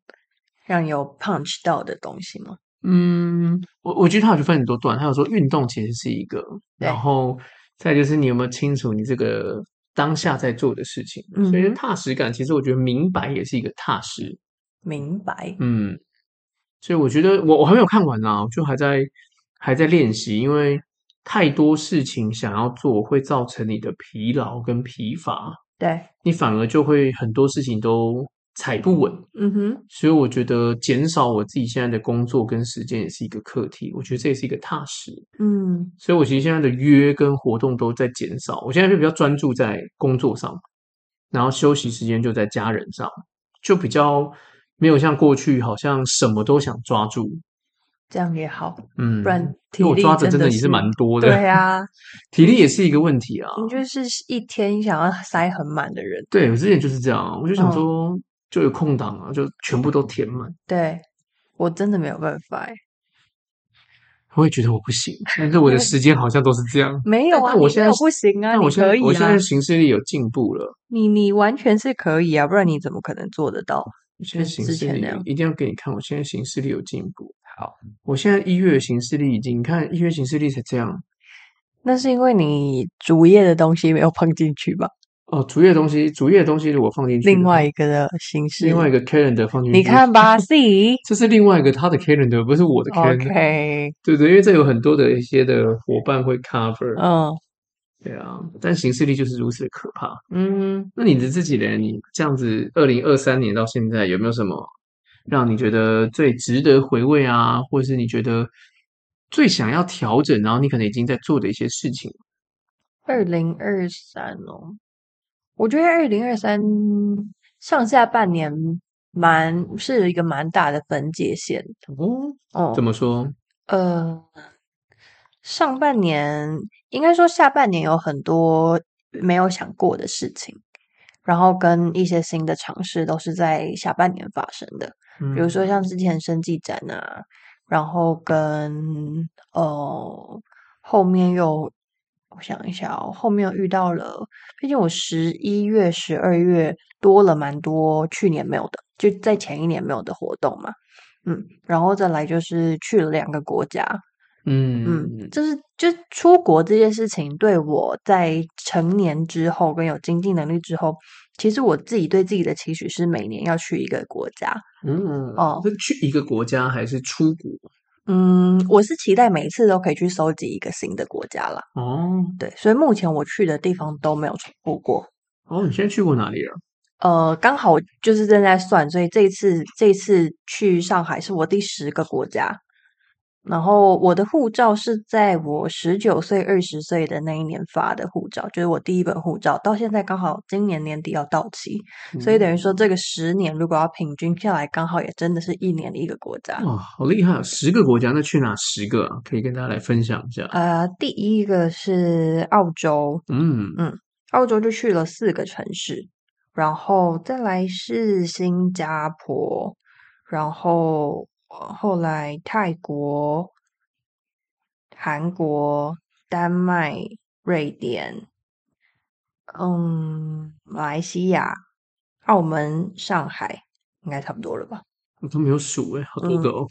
Speaker 2: 让有 punch 到的东西吗？
Speaker 1: 嗯，我我觉得他有去分很多段，他有说运动其实是一个，然
Speaker 2: 对
Speaker 1: 后再就是你有没有清楚你这个当下在做的事情，所以
Speaker 2: 嗯哼
Speaker 1: 踏实感其实我觉得明白也是一个踏实，
Speaker 2: 明白，
Speaker 1: 嗯，所以我觉得我我还没有看完啦，我就还在还在练习，因为太多事情想要做会造成你的疲劳跟疲乏，
Speaker 2: 对，
Speaker 1: 你反而就会很多事情都踩不稳，
Speaker 2: 嗯哼，
Speaker 1: 所以我觉得减少我自己现在的工作跟时间也是一个课题，我觉得这也是一个踏实。
Speaker 2: 嗯，
Speaker 1: 所以我其实现在的约跟活动都在减少，我现在就比较专注在工作上，然后休息时间就在家人上，就比较没有像过去好像什么都想抓住，
Speaker 2: 这样也好，
Speaker 1: 嗯，
Speaker 2: 不然体
Speaker 1: 因为我
Speaker 2: 力
Speaker 1: 抓着真
Speaker 2: 真
Speaker 1: 的
Speaker 2: 的
Speaker 1: 也是蛮多的，
Speaker 2: 对啊，嗯
Speaker 1: 体力也是一个问题啊。
Speaker 2: 你就是一天想要塞很满的人，
Speaker 1: 对我之前就是这样，我就想
Speaker 2: 嗯
Speaker 1: 说，就有空档啊，就全部都填满。
Speaker 2: 对我真的没有办法欸，
Speaker 1: 我也觉得我不行，但是 我的时间好像都是这样。
Speaker 2: 没有
Speaker 1: 但
Speaker 2: 啊，
Speaker 1: 但我
Speaker 2: 你
Speaker 1: 现
Speaker 2: 没
Speaker 1: 在
Speaker 2: 有
Speaker 1: 是
Speaker 2: 不行啊，
Speaker 1: 但我
Speaker 2: 你
Speaker 1: 现在
Speaker 2: 可以
Speaker 1: 我现
Speaker 2: 啊
Speaker 1: 在，行事力有进步了，
Speaker 2: 你你完全是可以啊，不然你怎么可能做得到？
Speaker 1: 我现在
Speaker 2: 跟
Speaker 1: 行
Speaker 2: 之
Speaker 1: 事
Speaker 2: 前
Speaker 1: 力
Speaker 2: 那样
Speaker 1: 一定要给你看，我现在行事力有进步。
Speaker 2: 好，
Speaker 1: 我现在一月的行事力已经，你看一月行事力才这样
Speaker 2: 那是因为你主业的东西没有放进去吧？
Speaker 1: 哦。主页的东西，主页的东西如果放进去的话，
Speaker 2: 另外一个的形式，
Speaker 1: 另外一个 calendar 放进去，
Speaker 2: 你看吧 ，C
Speaker 1: 这是另外一个他的 calendar，不是我的 calendar。
Speaker 2: OK，
Speaker 1: 对对，因为这有很多的一些的伙伴会 cover，、
Speaker 2: 嗯
Speaker 1: 对啊，但行事力就是如此的可怕。
Speaker 2: 嗯，
Speaker 1: 那你的自己呢？你这样子，二零二三年到现在有没有什么让你觉得最值得回味啊，或是你觉得最想要调整，然后你可能已经在做的一些事情？
Speaker 2: 二零二三哦，我觉得二零二三上下半年蛮是一个蛮大的分界线
Speaker 1: 哦，
Speaker 2: 哦
Speaker 1: 怎，么说？
Speaker 2: 呃，上半年应该说下半年有很多没有想过的事情，然后跟一些新的尝试都是在下半年发生的。
Speaker 1: 嗯
Speaker 2: 比如说像之前生技展啊，然后跟呃后面又我想一下哦，后面又遇到了，毕竟我十一月、十二月多了蛮多去年没有的，就在前一年没有的活动嘛，嗯，然后再来就是去了两个国家，嗯，
Speaker 1: 嗯
Speaker 2: 就是就出国这件事情，对我在成年之后跟有经济能力之后，其实我自己对自己的期许是每年要去一个国家，
Speaker 1: 嗯
Speaker 2: 哦
Speaker 1: 是去一个国家还是出国？
Speaker 2: 嗯，我是期待每一次都可以去收集一个新的国家啦。
Speaker 1: 哦
Speaker 2: 对，所以目前我去的地方都没有重复过。
Speaker 1: 哦，你现在去过哪里了？
Speaker 2: 呃，刚好我就是正在算，所以这一次这一次去上海是我第十个国家。然后我的护照是在我十九岁、二十岁的那一年发的护照，就是我第一本护照，到现在刚好今年年底要到期，
Speaker 1: 嗯
Speaker 2: 所以等于说这个十年如果要平均下来，刚好也真的是一年的一个国家。
Speaker 1: 哇，好厉害、哦！十个国家，那去哪十个啊？可以跟大家来分享一下。
Speaker 2: 呃，第一个是澳洲，
Speaker 1: 嗯，
Speaker 2: 澳洲就去了四个城市，然后再来是新加坡，然后呃后来泰国、韩国、丹麦、瑞典，嗯，马来西亚、澳门、上海，应该差不多了吧？
Speaker 1: 我都没有数诶，好
Speaker 2: 嗯
Speaker 1: 多个 哦。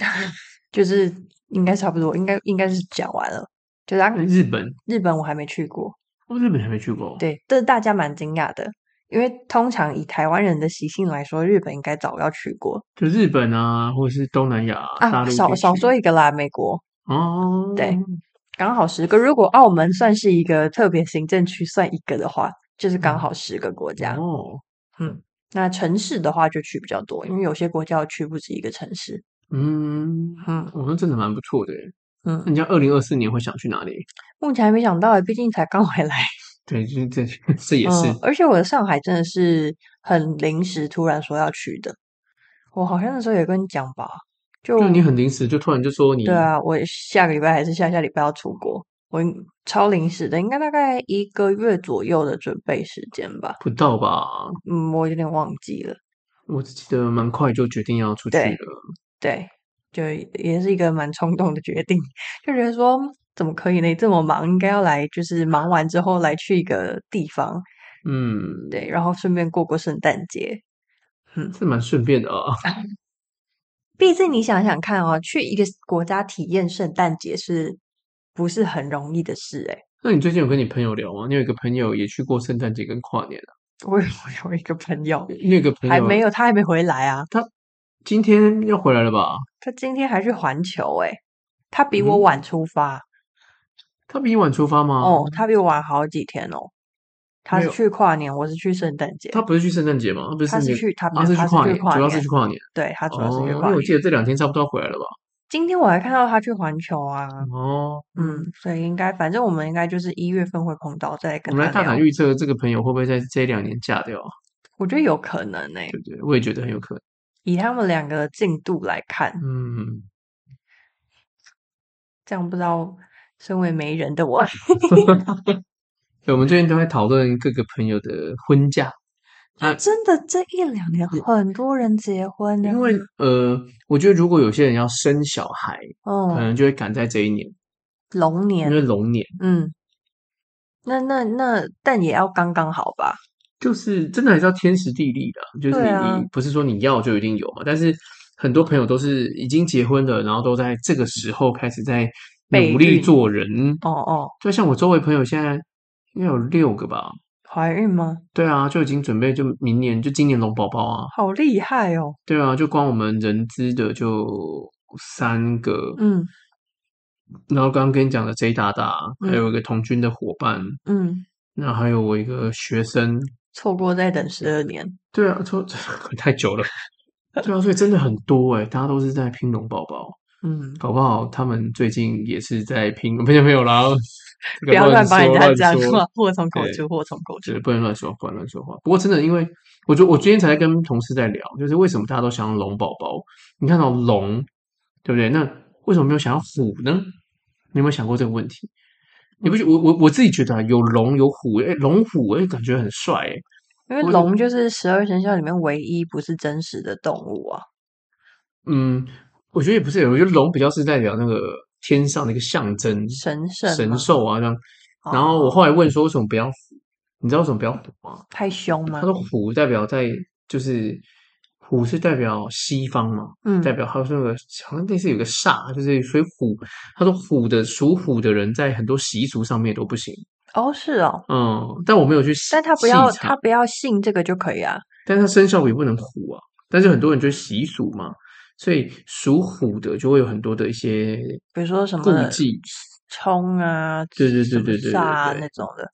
Speaker 2: 就是应该差不多，应该应该是讲完了。就是啊
Speaker 1: 那日本，
Speaker 2: 日本我还没去过，
Speaker 1: 哦，日本还没去过。，
Speaker 2: 对，这大家蛮惊讶的，因为通常以台湾人的习性来说，日本应该早要去过
Speaker 1: 就日本啊，或者是东南亚、大
Speaker 2: 啊。
Speaker 1: 陆
Speaker 2: 少
Speaker 1: 地
Speaker 2: 少
Speaker 1: 区
Speaker 2: 说一个啦，美国
Speaker 1: 哦，
Speaker 2: 对刚好十个。如果澳门算是一个特别行政区算一个的话，就是
Speaker 1: 嗯
Speaker 2: 刚好十个国家。嗯
Speaker 1: 哦，
Speaker 2: 那城市的话就去比较多，因为有些国家我去不止一个城市。
Speaker 1: 嗯，
Speaker 2: 嗯
Speaker 1: 我、哦、那真的蛮不错的耶。那
Speaker 2: 嗯，
Speaker 1: 你像二零二四年会想去哪里？
Speaker 2: 目前还没想到，毕竟才刚回来。
Speaker 1: 对，就是这这 也是、
Speaker 2: 嗯，而且我的上海真的是很临时突然说要去的，我好像那时候有跟你讲吧，就
Speaker 1: 就你很临时就突然就说你
Speaker 2: 对啊，我下个礼拜还是下下礼拜要出国，我应超临时的，应该大概一个月左右的准备时间吧。
Speaker 1: 不到吧？
Speaker 2: 嗯，我有点忘记了。
Speaker 1: 我只记得蛮快就决定要出去
Speaker 2: 对
Speaker 1: 了。
Speaker 2: 对，就也是一个蛮冲动的决定，就觉得说怎么可以呢？这么忙，应该要来，就是忙完之后来去一个地方，
Speaker 1: 嗯，
Speaker 2: 对，然后顺便过过圣诞节。
Speaker 1: 是蛮顺便的啊。
Speaker 2: 毕竟你想想看哦，去一个国家体验圣诞节是不是很容易的事、欸？
Speaker 1: 那你最近有跟你朋友聊吗？你有一个朋友也去过圣诞节跟跨年啊。
Speaker 2: 我有我有一个朋友
Speaker 1: 那个朋友
Speaker 2: 还没有，他还没回来啊。
Speaker 1: 今天要回来了吧？
Speaker 2: 他今天还去环球诶、他比我
Speaker 1: 嗯
Speaker 2: 晚出发、
Speaker 1: 他比你晚出发吗？
Speaker 2: 哦，他比我晚好几天哦。他
Speaker 1: 没
Speaker 2: 是
Speaker 1: 有
Speaker 2: 去跨年，我是去圣诞节。
Speaker 1: 他不是去圣诞节吗？他不是
Speaker 2: 他
Speaker 1: 圣
Speaker 2: 是
Speaker 1: 诞
Speaker 2: 去他
Speaker 1: 啊，是
Speaker 2: 他
Speaker 1: 跨
Speaker 2: 是去跨
Speaker 1: 主要
Speaker 2: 年
Speaker 1: 是去跨年。
Speaker 2: 对他主要是去
Speaker 1: 哦，因
Speaker 2: 跨
Speaker 1: 为我记
Speaker 2: 年。
Speaker 1: 得这两天差不多要回来了吧？
Speaker 2: 今天我还看到他去环球啊，
Speaker 1: 哦，
Speaker 2: 嗯，所以应该反正我们应该就是一月份会碰到，再来
Speaker 1: 我
Speaker 2: 跟
Speaker 1: 们
Speaker 2: 他
Speaker 1: 来大胆
Speaker 2: 聊。
Speaker 1: 预测这个朋友会不会在这两年嫁掉啊，
Speaker 2: 我觉得有可能诶、
Speaker 1: 对不对？我也觉得很有可能。
Speaker 2: 以他们两个的进度来看，
Speaker 1: 嗯，
Speaker 2: 这样不知道身为媒人的我，
Speaker 1: 对，我们最近都在讨论各个朋友的婚嫁。那
Speaker 2: 真的这一两年很多人结婚呢，
Speaker 1: 因为呃，我觉得如果有些人要生小孩，可
Speaker 2: 嗯，
Speaker 1: 能就会赶在这一年，
Speaker 2: 龙年
Speaker 1: 因为龙年
Speaker 2: 嗯，那那那，但也要刚刚好吧？
Speaker 1: 就是真的还是要天时地利的啊，就是你、
Speaker 2: 对啊
Speaker 1: 你不是说你要就一定有嘛，但是很多朋友都是已经结婚了，然后都在这个时候开始在
Speaker 2: 备
Speaker 1: 努力
Speaker 2: 孕
Speaker 1: 做人。
Speaker 2: 哦哦，
Speaker 1: 就像我周围朋友现在应该有六个吧，
Speaker 2: 怀孕吗？
Speaker 1: 对啊，就已经准备就明年就今年龙宝宝啊，
Speaker 2: 好厉害哦！
Speaker 1: 对啊，就光我们人资的就三个，
Speaker 2: 嗯
Speaker 1: 然后刚刚跟你讲的 J 大大，
Speaker 2: 嗯
Speaker 1: 还有一个童军的伙伴，
Speaker 2: 嗯，
Speaker 1: 那还有我一个学生，
Speaker 2: 错过再等十二年，
Speaker 1: 对啊， 这太久了， 对啊，所以真的很多哎、大家都是在拼龙宝宝，
Speaker 2: 嗯，
Speaker 1: 搞不好他们最近也是在拼，没有没有啦，这个
Speaker 2: 不要乱帮人
Speaker 1: 说
Speaker 2: 家讲
Speaker 1: 说
Speaker 2: 话，祸从口
Speaker 1: 对
Speaker 2: 出，祸从口出
Speaker 1: 对，。不能乱说，不能乱说话。不过真的，因为我觉得我今天才跟同事在聊，就是为什么大家都想要龙宝宝？你看到龙，对不对？那为什么没有想要虎呢？你有没有想过这个问题？你不觉我我我自己觉得啊，有龙有虎，哎，龙虎哎，感觉很帅哎。
Speaker 2: 因为
Speaker 1: 我
Speaker 2: 龙就是十二生肖里面唯一不是真实的动物啊。
Speaker 1: 嗯，我觉得也不是，我觉得龙比较是代表那个天上的一个象征，
Speaker 2: 神圣
Speaker 1: 神
Speaker 2: 吗
Speaker 1: 兽啊这样。
Speaker 2: 哦
Speaker 1: 然后我后来问说，为什么不要虎？你知道为什么不要虎吗？
Speaker 2: 太凶
Speaker 1: 他
Speaker 2: 吗？
Speaker 1: 说虎代表在就是虎是代表西方嘛，
Speaker 2: 嗯
Speaker 1: 代表他说那个好像类似有个煞，就是所以虎，他说虎的属虎的人在很多习俗上面都不行，
Speaker 2: 哦是哦，
Speaker 1: 嗯，但我没有去细，
Speaker 2: 但他不要
Speaker 1: 细查
Speaker 2: 他不要信这个就可以啊。
Speaker 1: 但是他生肖也不能虎啊，但是很多人就习俗嘛，所以属虎的就会有很多的一些
Speaker 2: 比如说什么
Speaker 1: 顾忌，
Speaker 2: 冲啊，
Speaker 1: 对对对
Speaker 2: 什么
Speaker 1: 对对对
Speaker 2: 煞啊
Speaker 1: 对
Speaker 2: 那种的。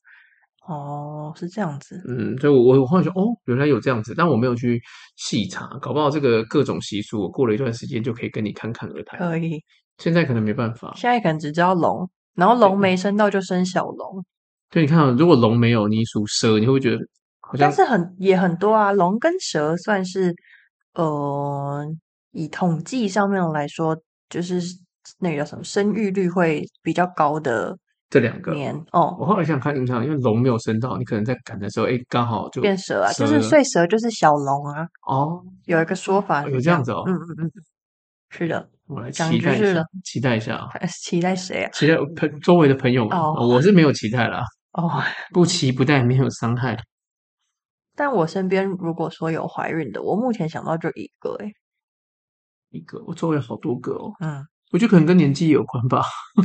Speaker 2: 哦，是这样子。
Speaker 1: 嗯，所以我我我后来说，哦，原来有这样子，但我没有去
Speaker 2: 呃
Speaker 1: 细查，搞不好这个各种习俗，我过了一段时间就可以跟你侃侃而谈。
Speaker 2: 可以，
Speaker 1: 现在可能没办法。
Speaker 2: 现在可能只知道龙，然后龙没升到就升小龙，
Speaker 1: 对，你看啊，如果龙没有，你属蛇，你会不会觉得好像
Speaker 2: 但是很也很多啊，龙跟蛇算是呃，以统计上面来说，就是那个叫什么生育率会比较高的
Speaker 1: 这两个。
Speaker 2: 年哦，
Speaker 1: 我后来想看印象，因为龙没有升到，你可能在赶的时候，哎，刚好就
Speaker 2: 变蛇啊，就
Speaker 1: 蛇
Speaker 2: 是所以蛇就是小龙啊，
Speaker 1: 哦，
Speaker 2: 有一个说法
Speaker 1: 哦
Speaker 2: 是
Speaker 1: 有这样子哦
Speaker 2: 嗯嗯嗯，是的，
Speaker 1: 我来
Speaker 2: 长
Speaker 1: 期待一
Speaker 2: 知识
Speaker 1: 下
Speaker 2: 了，
Speaker 1: 期待一下啊，
Speaker 2: 期待谁啊？
Speaker 1: 期待朋周围的朋友们，
Speaker 2: 哦
Speaker 1: 哦我是没有期待啦，
Speaker 2: 哦，
Speaker 1: 不期不待没有伤害。
Speaker 2: 但我身边如果说有怀孕的，我目前想到就一个诶、
Speaker 1: 一个，我周围好多个哦，
Speaker 2: 嗯，
Speaker 1: 我觉得可能跟年纪有关吧。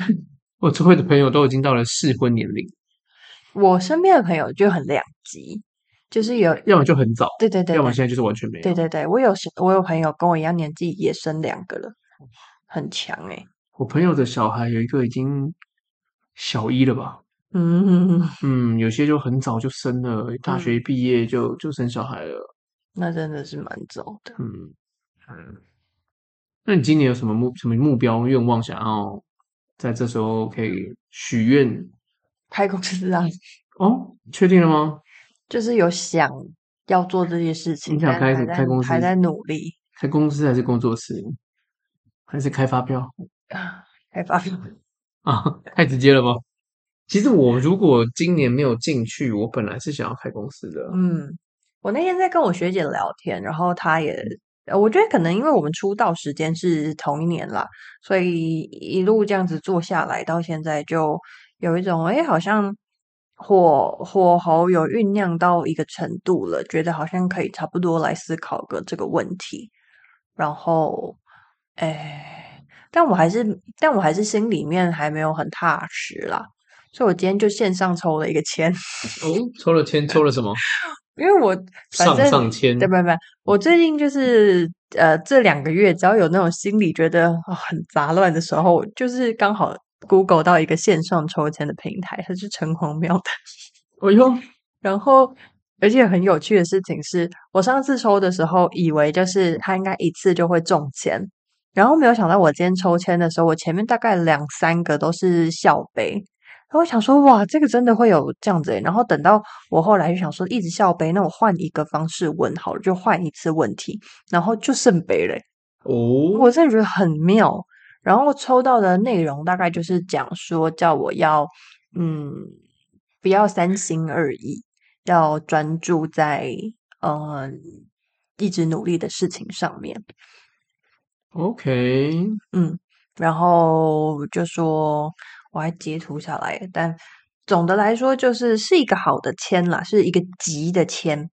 Speaker 1: 我周围的朋友都已经到了适婚年龄，
Speaker 2: 我身边的朋友就很两极，就是有，
Speaker 1: 要么就很早，
Speaker 2: 对对对
Speaker 1: 要么
Speaker 2: 对
Speaker 1: 现在就是完全没有。
Speaker 2: 对对对，我有是我有朋友跟我一样年纪也生两个了，
Speaker 1: 嗯
Speaker 2: 很强欸诶、
Speaker 1: 我朋友的小孩有一个已经小一了吧，
Speaker 2: 嗯，
Speaker 1: 嗯，有些就很早就生了，大学一毕业就就生小孩了，
Speaker 2: 那真的是蛮早的。
Speaker 1: 嗯嗯。那你今年有什么目什么目标愿望想要在这时候可以许愿
Speaker 2: 开公司啊，
Speaker 1: 哦？确定了吗？
Speaker 2: 就是有想要做这些事情，
Speaker 1: 你想
Speaker 2: 但
Speaker 1: 开
Speaker 2: 还
Speaker 1: 始
Speaker 2: 在
Speaker 1: 开公
Speaker 2: 还
Speaker 1: 司
Speaker 2: 在努力
Speaker 1: 开公司还是工作室，还是开发票？
Speaker 2: 啊，开发票。
Speaker 1: 啊，太直接了吧？其实我如果今年没有进去，我本来是想要开公司的。
Speaker 2: 嗯，我那天在跟我学姐聊天，然后她也，
Speaker 1: 嗯
Speaker 2: 呃我觉得可能因为我们出道时间是同一年啦，所以一路这样子做下来，到现在就有一种，哎，好像火火候有酝酿到一个程度了，觉得好像可以差不多来思考个这个问题。然后，哎，但我还是，但我还是心里面还没有很踏实啦，所以我今天就线上抽了一个签，
Speaker 1: 哦，抽了签，抽了什么？
Speaker 2: 因为我反
Speaker 1: 上
Speaker 2: 正。
Speaker 1: 上签。
Speaker 2: 对，不不，我最近就是呃，这两个月只要有那种心里觉得、哦很杂乱的时候，就是刚好 Google 到一个线上抽签的平台，它是城隍 庙的。
Speaker 1: 哎呦，
Speaker 2: 然后，而且很有趣的事情是，我上次抽的时候以为就是它应该一次就会中签，然后没有想到我今天抽签的时候，我前面大概两三个都是笑杯。然后我想说，哇，这个真的会有这样子欸。然后等到我后来就想说，一直笑杯，那我换一个方式问好了，就换一次问题，然后就圣杯嘞。
Speaker 1: 哦，
Speaker 2: 我真的觉得很妙。然后抽到的内容大概就是讲说，叫我要嗯，不要三心二意，要专注在嗯一直努力的事情上面。
Speaker 1: ，OK，
Speaker 2: 嗯，然后就说我还截图下来，但总的来说就是是一个好的签啦，是一个急的签。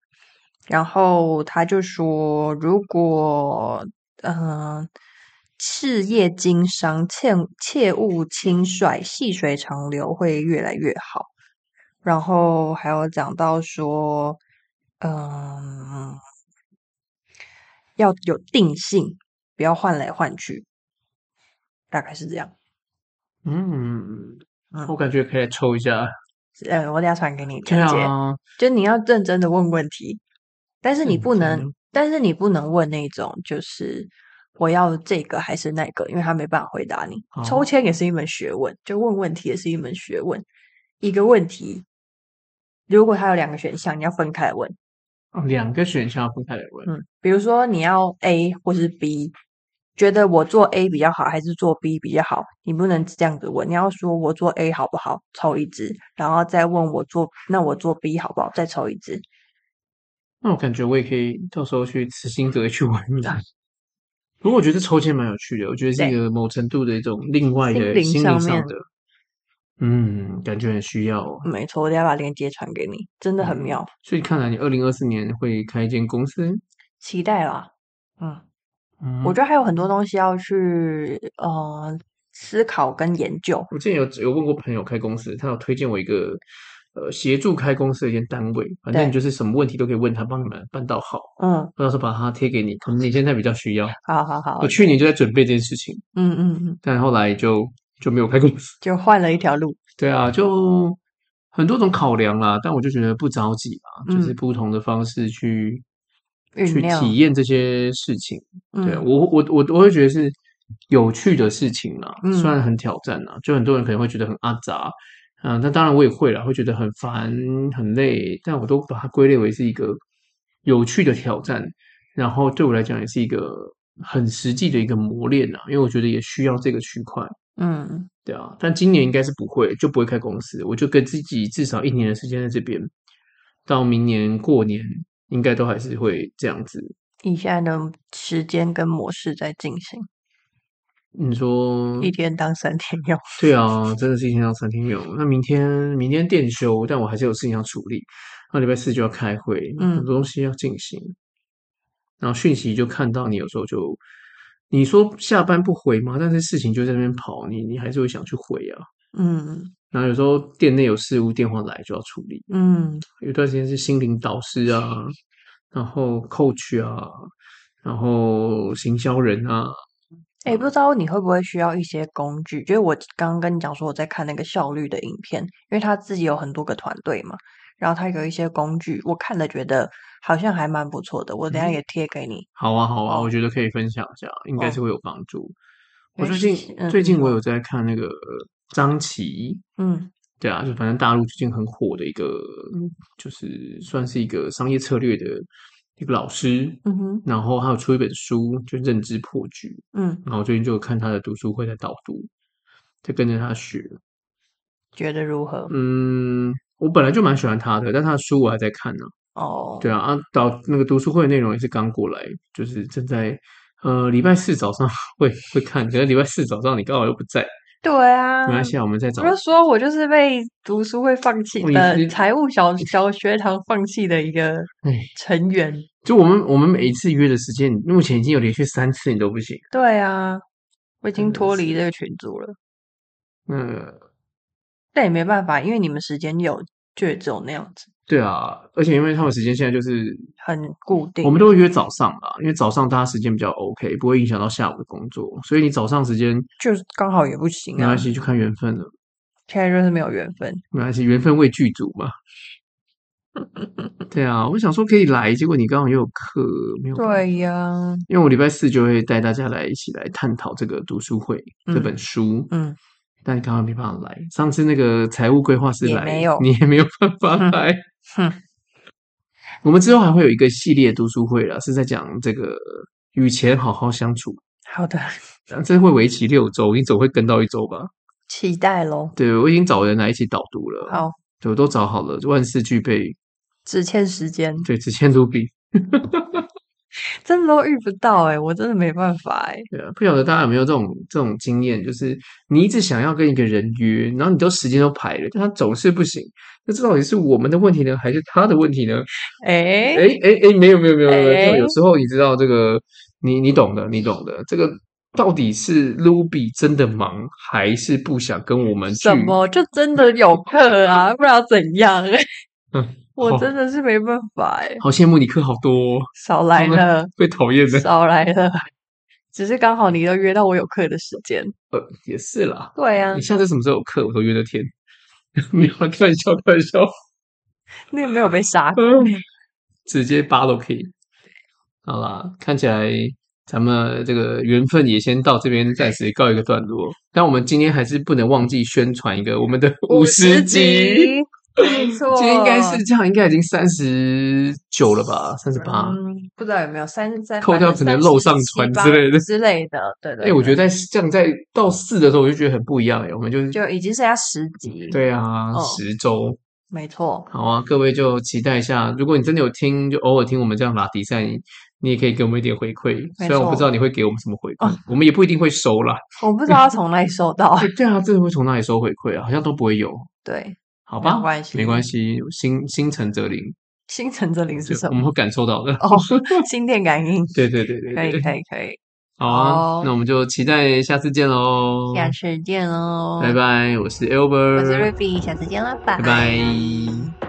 Speaker 2: 然后他就说，如果嗯、呃事业经商，切切勿轻率，细水长流会越来越好。然后还有讲到说，嗯、要有定性，不要换来换去，大概是这样。
Speaker 1: 嗯，
Speaker 2: 嗯
Speaker 1: 我感觉可以来抽一下。
Speaker 2: 呃，我等一下传给你
Speaker 1: 对
Speaker 2: 链接，
Speaker 1: 啊，
Speaker 2: 就你要认真的问问题，但是你
Speaker 1: 认
Speaker 2: 不能
Speaker 1: 真，
Speaker 2: 但是你不能问那种就是我要这个还是那个，因为他没办法回答你。抽
Speaker 1: 哦
Speaker 2: 签也是一门学问，就问问题也是一门学问。一个问题，如果它有两个选项，你要分开来问。
Speaker 1: 哦两个选项分开来问。
Speaker 2: 嗯，比如说你要 A 或是 B，觉得我做 A 比较好还是做 B 比较好，你不能这样子问，你要说我做 A 好不好，抽一支，然后再问我做那我做 B 好不好，再抽一支。
Speaker 1: 那我感觉我也可以到时候去慈心阁去玩一下。不过我觉得抽签蛮有趣的，我觉得是一
Speaker 2: 对
Speaker 1: 个某程度的一种另外
Speaker 2: 心
Speaker 1: 的
Speaker 2: 灵
Speaker 1: 心灵
Speaker 2: 上
Speaker 1: 上
Speaker 2: 面
Speaker 1: 的，嗯，感觉很需要哦。
Speaker 2: 没错，我等一下把链接传给你，真的很
Speaker 1: 嗯
Speaker 2: 妙，
Speaker 1: 所以看来你二零二四年会开一间公司，
Speaker 2: 期待啦。嗯，
Speaker 1: 嗯
Speaker 2: 我觉得还有很多东西要去呃思考跟研究。
Speaker 1: 我之前有有问过朋友开公司，他有推荐我一个呃协助开公司的一间单位，反正
Speaker 2: 对
Speaker 1: 你就是什么问题都可以问他，帮你们办到好。
Speaker 2: 嗯，
Speaker 1: 我到时候把它贴给你，可能你现在比较需要。
Speaker 2: 好好好
Speaker 1: 我，去年就在准备这件事情，
Speaker 2: 嗯嗯嗯，
Speaker 1: 但后来就就没有开公司。
Speaker 2: 就换了一条路。
Speaker 1: 对啊，就很多种考量啦，但我就觉得不着急吧，
Speaker 2: 嗯
Speaker 1: 就是不同的方式去
Speaker 2: 酝
Speaker 1: 去
Speaker 2: 酿
Speaker 1: 体验这些事情。
Speaker 2: 嗯，
Speaker 1: 对我我我我会觉得是有趣的事情啦，
Speaker 2: 嗯
Speaker 1: 虽然很挑战啦，就很多人可能会觉得很阿杂，嗯、那当然我也会啦，会觉得很烦很累，但我都把它归类为是一个有趣的挑战，然后对我来讲也是一个很实际的一个磨练啦，因为我觉得也需要这个区块。
Speaker 2: 嗯
Speaker 1: 对啊，但今年应该是不会，就不会开公司，我就跟自己至少一年的时间在这边，到明年过年应该都还是会这样子。
Speaker 2: 以现在的时间跟模式在进行，
Speaker 1: 你说
Speaker 2: 一天当三天用。
Speaker 1: 对啊，真的是一天要三天用。那明天明天店休，但我还是有事情要处理。那礼拜四就要开会，
Speaker 2: 嗯
Speaker 1: 很多东西要进行。然后讯息就看到你有时候就，你说下班不回吗？但是事情就在那边跑，你你还是会想去回啊。
Speaker 2: 嗯
Speaker 1: 然后有时候店内有事务，电话来就要处理。
Speaker 2: 嗯
Speaker 1: 有一段时间是心灵导师啊，然后 coach 啊，然后行销人啊，
Speaker 2: 哎、不知道你会不会需要一些工具？就是我刚刚跟你讲说我在看那个效率的影片，因为他自己有很多个团队嘛，然后他有一些工具，我看了觉得好像还蛮不错的，我等一下
Speaker 1: 嗯
Speaker 2: 也贴给你。
Speaker 1: 好啊，好啊，
Speaker 2: 哦
Speaker 1: 我觉得可以分享一下，应该是会有帮助。我
Speaker 2: 没
Speaker 1: 最
Speaker 2: 事
Speaker 1: 近、
Speaker 2: 嗯
Speaker 1: 最近
Speaker 2: 嗯
Speaker 1: 我有在看那个张琪，
Speaker 2: 嗯
Speaker 1: 对啊，就反正大陆最近很火的一个，就是算是一个商业策略的一个老师，
Speaker 2: 嗯哼
Speaker 1: 然后还有出一本书，就《认知破局》，
Speaker 2: 嗯，
Speaker 1: 然后最近就有看他的读书会在导读，就跟着他学。
Speaker 2: 觉得如何？
Speaker 1: 嗯，我本来就蛮喜欢他的，但他的书我还在看呢、
Speaker 2: 哦，
Speaker 1: 对啊，啊，导那个读书会的内容也是刚过来，就是正在呃礼拜四早上 会会看，可是礼拜四早上你刚好又不在，
Speaker 2: 对啊
Speaker 1: 没，关系啊，我们再找
Speaker 2: 我。就说我就是被读书会放弃
Speaker 1: 哦你
Speaker 2: 的
Speaker 1: 是
Speaker 2: 财务小小学堂放弃的一个
Speaker 1: 哎
Speaker 2: 成员。
Speaker 1: 就我们我们每一次约的时间，目前已经有连续三次你都不行。
Speaker 2: 对啊，我已经
Speaker 1: 真的
Speaker 2: 脱
Speaker 1: 是
Speaker 2: 离这个群组了，
Speaker 1: 嗯，
Speaker 2: 但也没办法，因为你们时间有，就也只有那样子，
Speaker 1: 对啊，而且因为他们时间现在就是
Speaker 2: 很固定。
Speaker 1: 我们都会约早上啦，因为早上大家时间比较 OK，不会影响到下午的工作，所以你早上时间
Speaker 2: 就是刚好也不行
Speaker 1: 没
Speaker 2: 啊
Speaker 1: 关，系，就看缘分了，
Speaker 2: 现在就是没有缘分。
Speaker 1: 没关系，缘分未具足嘛。对啊，我想说可以来，结果你刚好又有课，没有办法
Speaker 2: 对呀、
Speaker 1: 因为我礼拜四就会带大家来一起来探讨这个读书会、
Speaker 2: 嗯
Speaker 1: 这本书，
Speaker 2: 嗯，
Speaker 1: 但刚刚没办法来。上次那个财务规划师
Speaker 2: 也
Speaker 1: 来，
Speaker 2: 没有
Speaker 1: 你也没有办法来。
Speaker 2: 哼
Speaker 1: 我们之后还会有一个系列读书会啦，是在讲这个与钱好好相处，
Speaker 2: 好的，
Speaker 1: 啊这会为期六周，你总会跟到一周吧？
Speaker 2: 期待喽。
Speaker 1: 对，我已经找人来一起导读了，
Speaker 2: 好，
Speaker 1: 对，我都找好了，万事俱备，
Speaker 2: 只欠时间，
Speaker 1: 对，只欠卢比。
Speaker 2: 真的都遇不到哎、我真的没办法哎、
Speaker 1: 对啊，不晓得大家有没有这种这种经验，就是你一直想要跟一个人约，然后你都时间都排了，但他总是不行。那这到底是我们的问题呢，还是他的问题呢？
Speaker 2: 哎、
Speaker 1: 哎哎哎，没有没有没有没有，
Speaker 2: 哎
Speaker 1: 就有时候你知道这个，你你懂的，你懂的。这个到底是 Ruby 真的忙，还是不想跟我们去
Speaker 2: 什？么就真的有课啊？不然要怎样、欸
Speaker 1: 嗯
Speaker 2: 我
Speaker 1: 好
Speaker 2: 真的是没办法哎、
Speaker 1: 好羡慕你课好多、哦，
Speaker 2: 少来
Speaker 1: 好的
Speaker 2: 了，
Speaker 1: 会讨厌的。
Speaker 2: 少来了。 只是刚好你都约到我有课的时间，
Speaker 1: 呃，也是啦。
Speaker 2: 对啊
Speaker 1: 你，下次什么时候有课，我都约得天。 没有啊，开玩笑，开玩笑。
Speaker 2: 你有没有被 杀过？
Speaker 1: 嗯，直接扒都可以。好啦，看起来咱们这个缘分也先到这边暂时告一个段落。但我们今天还是不能忘记宣传一个我们的十集，，
Speaker 2: 没错，
Speaker 1: 今天应该是这样，应该已经三十九了吧，三十八。
Speaker 2: 嗯，不知道有没有三十三，
Speaker 1: 扣掉可能漏上传之类的
Speaker 2: 之类的，对对
Speaker 1: 哎、我觉
Speaker 2: 得
Speaker 1: 得在这样在到四的时候，我就觉得很不一样哎、我们就是
Speaker 2: 就已经剩下十集，，
Speaker 1: 对啊，
Speaker 2: 哦
Speaker 1: 十周。
Speaker 2: 没错，
Speaker 1: 好啊，各位就期待一下。如果你真的有听，就偶尔听我们这样拉迪赛，你你也可以给我们一点回馈。虽
Speaker 2: 没
Speaker 1: 然我不
Speaker 2: 错哦
Speaker 1: 知道你会给我们什么回馈，我们也不一定会收 啦。
Speaker 2: 我不知道从哪里收 到，
Speaker 1: 哎对啊，这会从哪里收回馈啊？好像都不会有，
Speaker 2: 对，
Speaker 1: 好
Speaker 2: 没
Speaker 1: 吧？
Speaker 2: 有关系
Speaker 1: 没关系，心心诚则灵，
Speaker 2: 星辰这零
Speaker 1: 就
Speaker 2: 是什
Speaker 1: 我
Speaker 2: 么？
Speaker 1: 们会感受到的。
Speaker 2: 哦，心电感应，
Speaker 1: 对对对对
Speaker 2: 可以
Speaker 1: 对，
Speaker 2: 可以可以，
Speaker 1: 好啊
Speaker 2: 好，
Speaker 1: 那我们就期待下次见喽，
Speaker 2: 下次见喽，
Speaker 1: 哦
Speaker 2: 哦
Speaker 1: 拜，拜，我是
Speaker 2: 我是
Speaker 1: Albert，
Speaker 2: Ruby，下次见啦，拜
Speaker 1: 拜拜。